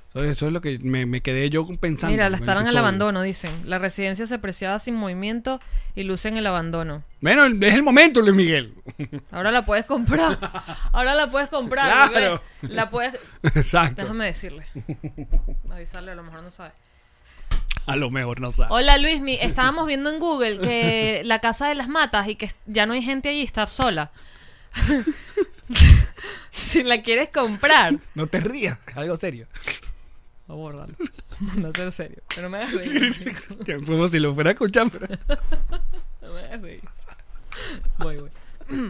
S2: Entonces, eso es lo que me, me quedé yo pensando.
S1: Mira, la
S2: en el
S1: estaban al
S2: episodio.
S1: abandono, dicen. La residencia se apreciaba sin movimiento y luce en el abandono.
S2: Bueno, es el momento, Luis Miguel.
S1: Ahora la puedes comprar. Ahora la puedes comprar.
S2: Claro.
S1: bebé. La puedes.
S2: Exacto.
S1: Déjame decirle. Avisarle, a lo mejor no sabe.
S2: A lo mejor no sabe.
S1: Hola Luismi, estábamos viendo en Google que la casa de las matas y que ya no hay gente allí, está sola. si la quieres comprar.
S2: No te rías, algo serio.
S1: Abórdalo. No sé en serio. Pero me hagas reír. chico.
S2: Que Como si lo fuera a escuchar. pero-
S1: No me hagas reír. Voy, voy.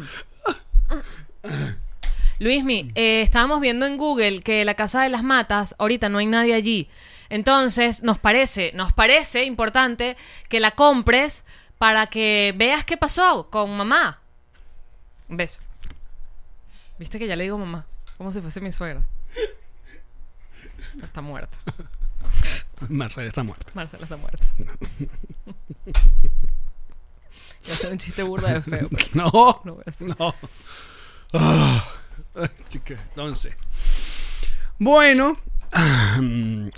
S1: Luismi, eh, estábamos viendo en Google que la casa de las matas, ahorita no hay nadie allí. Entonces, nos parece, nos parece importante que la compres para que veas qué pasó con mamá. Un beso. Viste que ya le digo mamá, como si fuese mi suegra. Está muerta.
S2: Marcela está muerta.
S1: Marcela está muerta. Voy a hacer un chiste burda de feo. pero
S2: No,
S1: no voy a hacer.
S2: no. Ah, ay, chica, Entonces. Bueno,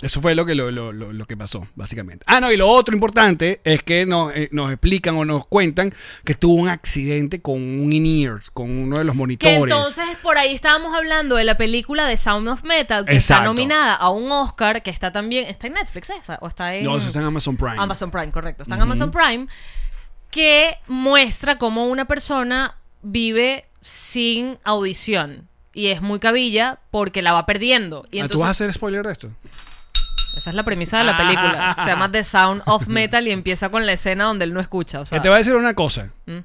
S2: eso fue lo que, lo, lo- lo- lo que pasó, básicamente. Ah, no, y lo otro importante es que nos, eh, nos explican o nos cuentan que tuvo un accidente con un in-ears, con uno de los
S1: Que
S2: monitores.
S1: entonces por ahí estábamos hablando de la película de Sound of Metal que está
S2: Exacto.
S1: nominada a un Oscar que está también está en Netflix esa o está en
S2: No, eso está en Amazon Prime.
S1: Amazon Prime, correcto, está en Amazon Prime que muestra cómo una persona vive sin audición y es muy cabilla porque la va perdiendo y
S2: Ah,
S1: entonces
S2: ¿Tú vas a hacer spoiler de esto?
S1: esa es la premisa de
S2: Ah.
S1: la película, se llama The Sound of Metal y empieza con la escena donde él no escucha, o sea,
S2: Que te voy a decir una cosa.
S1: ¿Mm?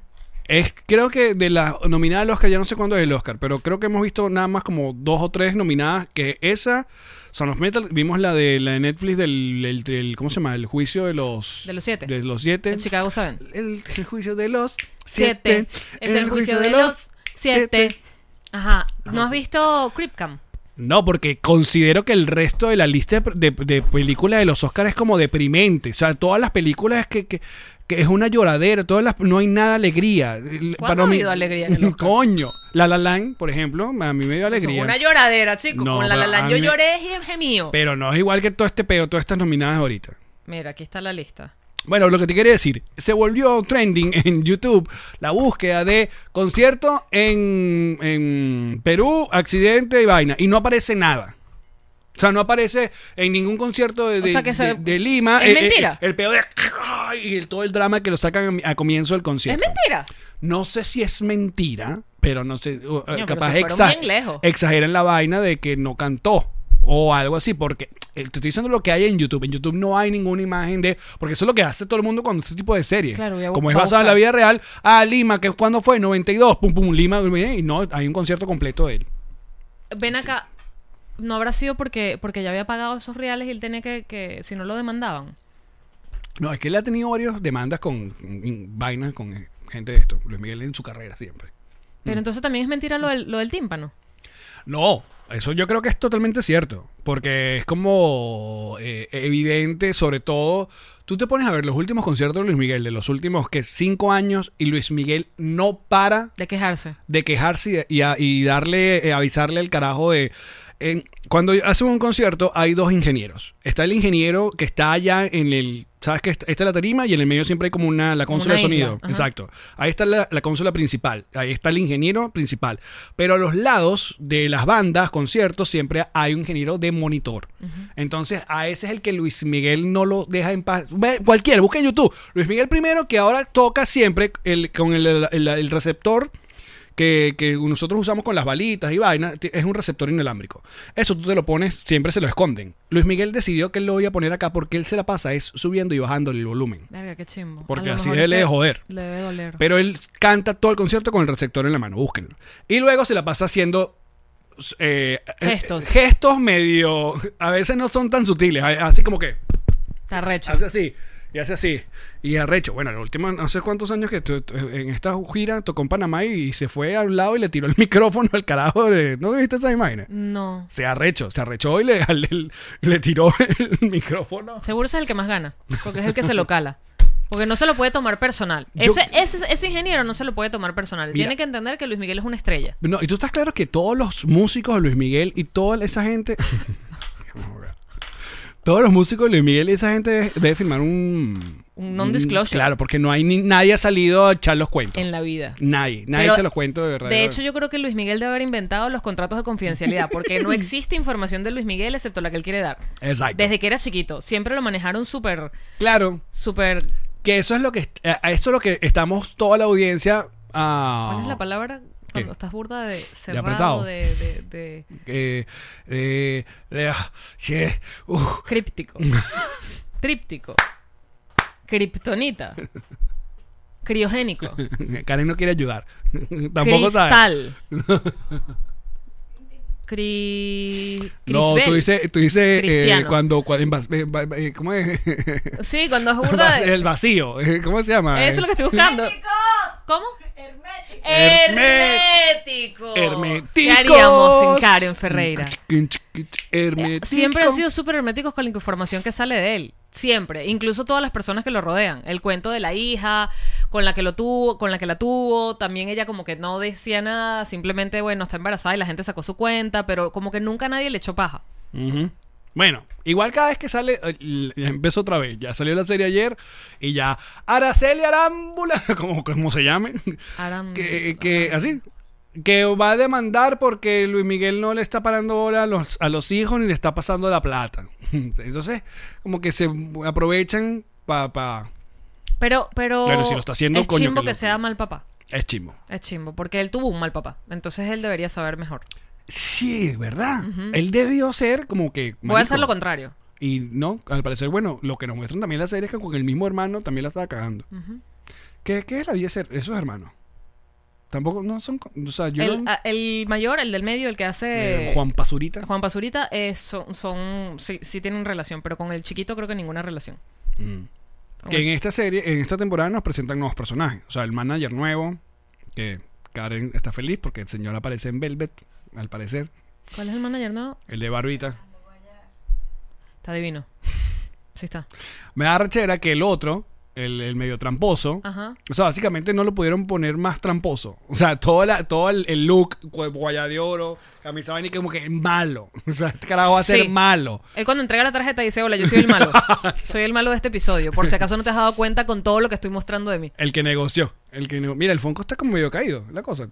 S2: Es, creo que de las nominadas al Oscar, ya no sé cuándo es el Oscar, pero creo que hemos visto nada más como dos o tres nominadas, que esa, Son of Metal, vimos la de la de Netflix del, el- del- ¿cómo se llama? El juicio de los...
S1: De los siete.
S2: De los siete.
S1: en Chicago saben.
S2: El, el juicio de los
S1: Siete.
S2: siete.
S1: Es el juicio de los siete. Ajá. ¿No has visto Creep Camp?
S2: No, porque considero que el resto de la lista de, de- de películas de los Oscars es como deprimente. O sea, todas las películas que, que, que es una lloradera, todas las, no hay nada de alegría. El-
S1: ¿Cuándo ha habido alegría en el Oscar?
S2: Coño, La La Land, por ejemplo, a mí me dio
S1: Eso,
S2: alegría.
S1: Una lloradera, chico.
S2: No,
S1: con la,
S2: pero
S1: la, la-
S2: a
S1: yo
S2: mí-
S1: lloré y gemío.
S2: Pero no es igual que todo este pedo, todas estas nominadas ahorita.
S1: Mira, aquí está la lista.
S2: Bueno, lo que te quería decir, se volvió trending en YouTube la búsqueda de concierto en, en Perú, accidente y vaina, y no aparece nada. O sea, no aparece en ningún concierto de,
S1: O
S2: de-
S1: sea que
S2: de-
S1: se-
S2: de Lima. Eh,
S1: ¿Es mentira?
S2: el pedo de... Y el- todo el drama que lo sacan a comienzo del
S1: Es
S2: concierto.
S1: mentira.
S2: No sé si es mentira, pero no sé. o, eh,
S1: pero
S2: capaz
S1: se fueron
S2: exa-
S1: bien lejos.
S2: exageran la vaina de que no cantó o algo así, porque eh, te estoy diciendo lo que hay en YouTube. En YouTube no hay ninguna imagen de. Porque eso es lo que hace todo el mundo cuando este tipo de series.
S1: Claro, voy a bu-
S2: Como es
S1: voy a
S2: basado en la vida
S1: buscar.
S2: real. Ah, Lima, que es cuando fue, 92, pum, pum, Lima, y no, hay un concierto completo de él.
S1: Ven acá. No habrá sido porque, porque ya había pagado esos reales y él tenía que, que si no lo demandaban.
S2: No, es que él ha tenido varias demandas con mm, vainas con eh, gente de esto. Luis Miguel en su carrera siempre. Mm.
S1: Pero entonces también es mentira lo del, lo del tímpano.
S2: No, eso yo creo que es totalmente cierto, porque es como eh, evidente, sobre todo, tú te pones a ver los últimos conciertos de Luis Miguel, de los últimos que cinco años, y Luis Miguel no para
S1: De quejarse.
S2: de quejarse y de- y, a- y darle, eh, avisarle al carajo de... en- cuando hacen un concierto hay dos ingenieros. Está el ingeniero que está allá en el... ¿Sabes que Esta es la tarima y en el medio siempre hay como una, la
S1: Como
S2: consola
S1: una
S2: de
S1: isla,
S2: sonido.
S1: ajá.
S2: Exacto. Ahí está la, la consola principal. Ahí está el ingeniero principal. Pero a los lados de las bandas, conciertos, siempre hay un ingeniero de monitor. Entonces, a ese es el que Luis Miguel no lo deja en paz. Ve, cualquiera, busca en YouTube. Luis Miguel primero que ahora toca siempre el, con el- el- el receptor que, que nosotros usamos con las balitas y vainas, ti- es un receptor inalámbrico. Eso tú te lo pones, siempre se lo esconden. Luis Miguel decidió que él lo iba a poner acá porque él se la pasa es subiendo y bajando el volumen.
S1: Verga, qué chimbo.
S2: Porque
S1: A lo
S2: así
S1: mejor
S2: es, le
S1: te-
S2: de joder.
S1: Le debe doler.
S2: Pero él canta todo el concierto con el receptor en la mano, búsquenlo. Y luego se la pasa haciendo eh,
S1: Gestos.
S2: eh, gestos medio, a veces no son tan sutiles, a- así como que
S1: Está recho.
S2: hace así. Y hace así. Y arrecho. Bueno, los últimos, no sé cuántos años que tu- tu- en esta gira tocó en Panamá y, se fue al lado y le tiró el micrófono al carajo. de- ¿No viste esa imagen?
S1: Mm. No.
S2: Se arrecho. Se arrechó y le, le- le tiró el micrófono.
S1: Seguro ese es el que más gana, porque es el que se lo cala. Porque no se lo puede tomar personal.
S2: Yo-
S1: Ese, ese, ese ingeniero no se lo puede tomar personal.
S2: Mira.
S1: Tiene que entender que Luis Miguel es una estrella.
S2: No, y tú estás claro que todos los músicos de Luis Miguel y toda esa gente. Todos los músicos de Luis Miguel y esa gente debe firmar un.
S1: Un non-disclosure.
S2: Claro, porque no hay ni, nadie ha salido a echar los cuentos.
S1: En la vida.
S2: Nadie. Nadie
S1: Pero,
S2: echa los cuentos de verdad.
S1: De hecho, yo creo que Luis Miguel debe haber inventado los contratos de confidencialidad, porque no existe información de Luis Miguel excepto la que él quiere dar.
S2: Exacto.
S1: Desde que era chiquito. Siempre lo manejaron súper,
S2: Claro.
S1: súper...
S2: Que eso es lo que a a esto es lo que estamos toda la audiencia ah,
S1: ¿Cuál es la palabra? Cuando
S2: ¿Qué?
S1: estás burda de cerrado,
S2: apretado?
S1: de- de- de
S2: eh, eh, le- ah, che, uh,
S1: Críptico. Tríptico. Kryptonita. Criogénico.
S2: Karen no quiere ayudar. Tampoco sabe.
S1: Cristal. Cri...
S2: No, tú
S1: Crisbel.
S2: dices, tú dices eh,
S1: Cristiano.
S2: cuando, cuando en vas- en va- eh, ¿cómo es?
S1: Sí, cuando es burda de-
S2: El vacío, eh, ¿cómo se llama?
S1: Eso es lo que estoy buscando. ¿Cómo? Hermético. Hermético.
S2: Hermeticos.
S1: ¿Qué haríamos sin Karen Ferreira?
S2: Hermeticos.
S1: Siempre han sido súper herméticos con la información que sale de él. Siempre. Incluso todas las personas que lo rodean. El cuento de la hija, con la que lo tuvo, con la que la tuvo. También ella como que no decía nada. Simplemente, bueno, está embarazada y la gente sacó su cuenta. Pero como que nunca nadie le echó paja.
S2: Ujú. Bueno, igual cada vez que sale, eh, l- ya empezó otra vez, ya salió la serie ayer y ya Araceli Arámbula, como, como se llame,
S1: Aram-
S2: que, eh, que- así, que va a demandar porque Luis Miguel no le está parando bola a los, a los hijos ni le está pasando la plata. Entonces, como que se aprovechan para...
S1: Pero, pero...
S2: Claro, si lo está haciendo,
S1: es
S2: coño,
S1: chimbo
S2: que
S1: que,
S2: lo-
S1: sea mal papá.
S2: es chimo.
S1: Es chimbo. Porque él tuvo un mal papá. Entonces él debería saber mejor.
S2: Sí, ¿verdad? Él debió ser como que...
S1: Voy a
S2: marico.
S1: hacer lo contrario.
S2: Y no, al parecer, bueno, lo que nos muestran también la serie es que con el mismo hermano también la estaba cagando. ¿Qué, qué es la vida de ser esos hermanos? Tampoco, no son. co- O sea, yo.
S1: El,
S2: no-
S1: a- el mayor, el del medio, el que hace...
S2: eh, Juan Pasurita.
S1: Juan Pasurita eh, son, son sí, sí tienen relación, pero con el chiquito creo que ninguna relación.
S2: Mm. Que en esta serie, en esta temporada nos presentan nuevos personajes. O sea, el manager nuevo, que Karen está feliz porque el señor aparece en Velvet, al parecer.
S1: ¿Cuál es el manager? No,
S2: El de Barbita.
S1: está divino. Sí está.
S2: Me da rechera que el otro, el, el medio tramposo.
S1: Ajá.
S2: O sea, básicamente no lo pudieron poner más tramposo. O sea, todo, la, todo el, el look, cue- guaya de oro, camisa vaina, y como que malo. O sea, este carajo va a ser
S1: Sí.
S2: malo.
S1: Él cuando entrega la tarjeta dice, hola, yo soy el malo. soy el malo de este episodio. Por si acaso no te has dado cuenta con todo lo que estoy mostrando de mí.
S2: El que negoció. El que nego- Mira, el Fonco está como medio caído, la cosa.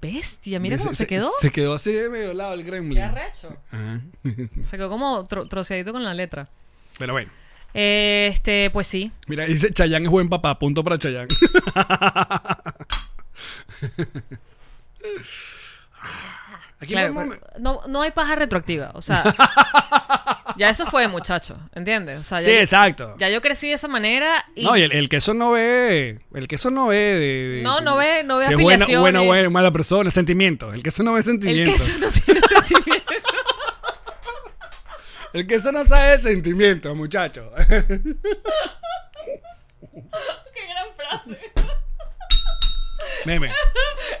S1: Bestia, mira cómo se, quedó.
S2: Se quedó así de medio lado el
S1: Qué
S2: gremlin.
S1: arrecho.
S2: Ajá.
S1: Se quedó como tro- troceadito con la letra.
S2: Pero bueno.
S1: Eh, Este, pues sí.
S2: Mira, dice Chayán es buen papá, punto para Ah, Chayán. Aquí
S1: Claro,
S2: vamos-
S1: pero no, no hay paja retroactiva. O sea, ya eso fue, muchacho. ¿Entiendes? O sea,
S2: Sí,
S1: ya,
S2: exacto.
S1: ya yo crecí de esa manera y.
S2: No, y el, el que eso no ve, el que eso no ve de, de-
S1: No,
S2: de-
S1: no ve- no ve
S2: si es buena,
S1: afiliaciones.
S2: buena, buena, mala persona, sentimientos. El que eso no ve
S1: el
S2: sentimientos.
S1: queso no tiene sentimiento.
S2: El que eso no sabe de sentimientos, muchacho.
S1: Qué gran frase.
S2: Meme.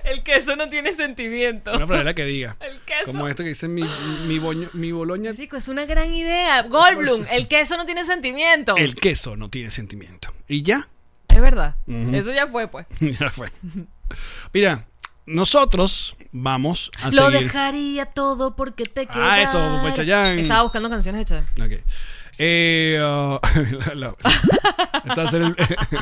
S1: El queso no tiene sentimiento.
S2: Una palabra que diga.
S1: El queso.
S2: Como esto que dice mi, mi, boño- mi boloña.
S1: Rico, es una gran idea. Goldblum, el queso no tiene sentimiento.
S2: El queso no tiene sentimiento. Y ya.
S1: Es verdad. Eso ya fue, pues.
S2: Ya fue. Mira, nosotros vamos a
S1: Lo
S2: seguir.
S1: dejaría todo porque te quedas.
S2: Ah, eso, pues, Chayanne.
S1: Estaba buscando canciones de Chayanne.
S2: Ok. Eh, oh, la- la- esto va a ser el-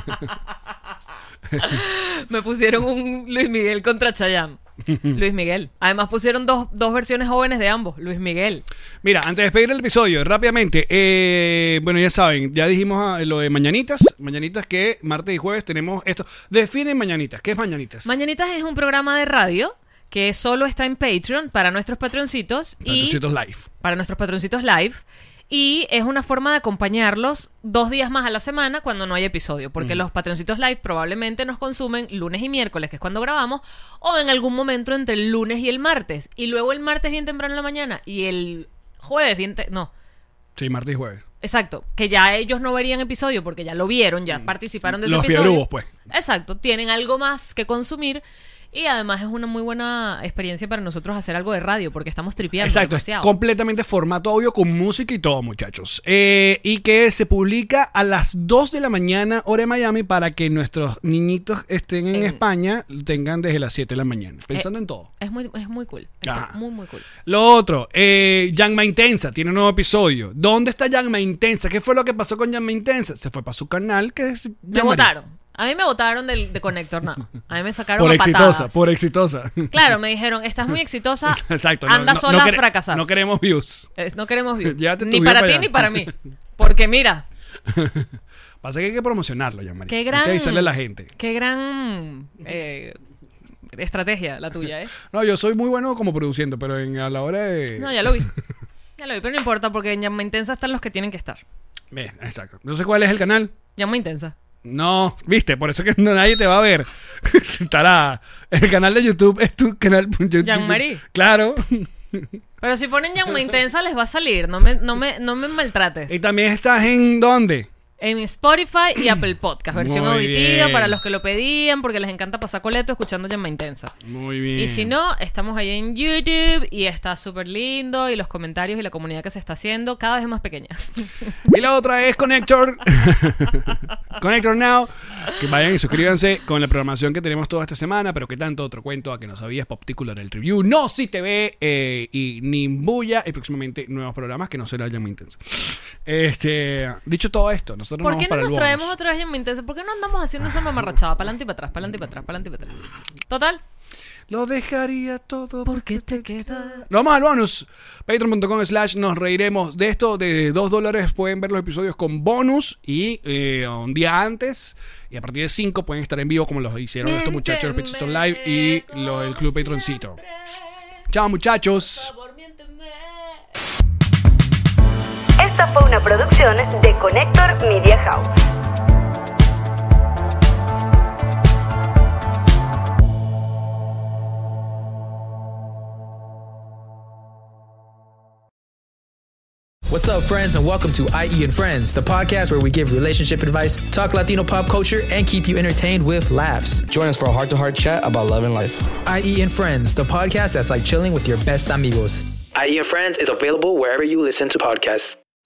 S1: Me pusieron un Luis Miguel contra Chayanne. Luis Miguel. Además pusieron dos, dos versiones jóvenes de ambos. Luis Miguel.
S2: Mira, antes de despedir el episodio, rápidamente. eh, bueno, ya saben, ya dijimos ah, lo de mañanitas. Mañanitas que martes y jueves tenemos esto. Definen mañanitas. ¿Qué es mañanitas?
S1: Mañanitas es un programa de radio que solo está en Patreon para nuestros
S2: Ah,
S1: patroncitos. y
S2: Patrocitos live.
S1: para nuestros patroncitos live. Y es una forma de acompañarlos dos días más a la semana cuando no hay episodio, porque los patroncitos live probablemente nos consumen lunes y miércoles, que es cuando grabamos, o en algún momento entre el lunes y el martes. Y luego el martes bien temprano en la mañana y el jueves bien... te- no,
S2: Sí, martes y jueves.
S1: Exacto, que ya ellos no verían episodio porque ya lo vieron, ya participaron de ese
S2: Mm. Los
S1: episodio.
S2: fierubos, pues.
S1: Exacto, tienen algo más que consumir y además es una muy buena experiencia para nosotros hacer algo de radio porque estamos tripeando
S2: Exacto, es
S1: demasiado.
S2: completamente formato audio con música y todo, muchachos. Eh, y que se publica a las 2 de la mañana, hora de Miami, para que nuestros niñitos estén en,
S1: En- Eh,
S2: España, tengan desde las 7 de la mañana. Pensando en todo.
S1: Es muy, es muy cool. Está
S2: Ajá.
S1: muy, muy cool.
S2: Lo otro, eh, Yanma Intensa tiene un nuevo episodio. ¿Dónde está Yanma Intensa? ¿Qué fue lo que pasó con Yanma Intensa? Se fue para su canal que es
S1: Me
S2: Yanmari.
S1: votaron. A mí me votaron del, de Connector nada. A mí me sacaron
S2: Por
S1: a
S2: exitosa,
S1: patadas.
S2: por exitosa.
S1: Claro, me dijeron, estás muy exitosa,
S2: Exacto. no-
S1: anda
S2: no- no
S1: sola a
S2: quere-
S1: fracasar.
S2: No queremos views.
S1: Es- no queremos vivir.
S2: Llévate tu
S1: Ni
S2: vida
S1: para
S2: para
S1: ti
S2: allá.
S1: ni para mí. Porque mira,
S2: Pasa que hay que promocionarlo, Yanmari.
S1: Qué
S2: Hay
S1: gran-
S2: que avisarle a la gente.
S1: qué gran eh, estrategia la tuya, ¿eh?
S2: No, yo soy muy bueno como produciendo, pero en, a la hora de...
S1: No, ya lo vi. Ya lo vi, pero no importa porque en Llama Intensa están los que tienen que estar.
S2: Ve, Exacto. No sé cuál es el canal.
S1: Llama Intensa.
S2: No, viste, por eso que no, nadie te va a ver. Estará. El canal de YouTube es tu canal.
S1: Jean-Marie.
S2: Claro.
S1: Pero si ponen Llama Intensa les va a salir. No me, no me, no me
S2: Y
S1: maltrates.
S2: también estás en dónde?
S1: En Spotify y Apple Podcast. Versión
S2: Muy
S1: auditiva
S2: bien.
S1: para los que lo pedían porque les encanta pasar coleto escuchando Llama Intensa.
S2: Muy bien.
S1: Y si no, estamos ahí en YouTube y está súper lindo y los comentarios y la comunidad que se está haciendo cada vez es más pequeña.
S2: Y la otra es Connector. Connector Now. Que vayan y suscríbanse con la programación que tenemos toda esta semana. Pero que tanto otro cuento a que no sabías, Popticular, el review. No, si te ve. eh, y Nimbuya. Y próximamente nuevos programas que no será ya muy intenso. Este, dicho todo esto, nosotros
S1: ¿Por
S2: nos vamos
S1: qué no
S2: para
S1: nos
S2: el
S1: traemos
S2: bonus.
S1: otra vez Llama Intensa? ¿Por qué no andamos haciendo esa mamarrachada? Para adelante y para atrás, para adelante y para atrás, para adelante y para atrás. Total.
S2: Lo dejaría todo.
S1: ¿Por qué te quedas?
S2: Nos vamos al bonus. Patreon.com slash nos reiremos de esto. De 2 dólares pueden ver los episodios con bonus y eh, un día antes. Y a partir de 5 pueden estar en vivo como los hicieron estos muchachos, el Patroncito Live y lo, el Club Patroncito. Chao muchachos.
S3: Esta fue una producción de Connector Media House.
S5: What's up, friends, and welcome to IE and Friends, the podcast where we give relationship advice, talk Latino pop culture, and keep you entertained with laughs.
S6: Join us for a heart to heart chat about love and life.
S5: IE and Friends, the podcast that's like chilling with your best amigos.
S6: E IE and Friends is available wherever you listen to podcasts.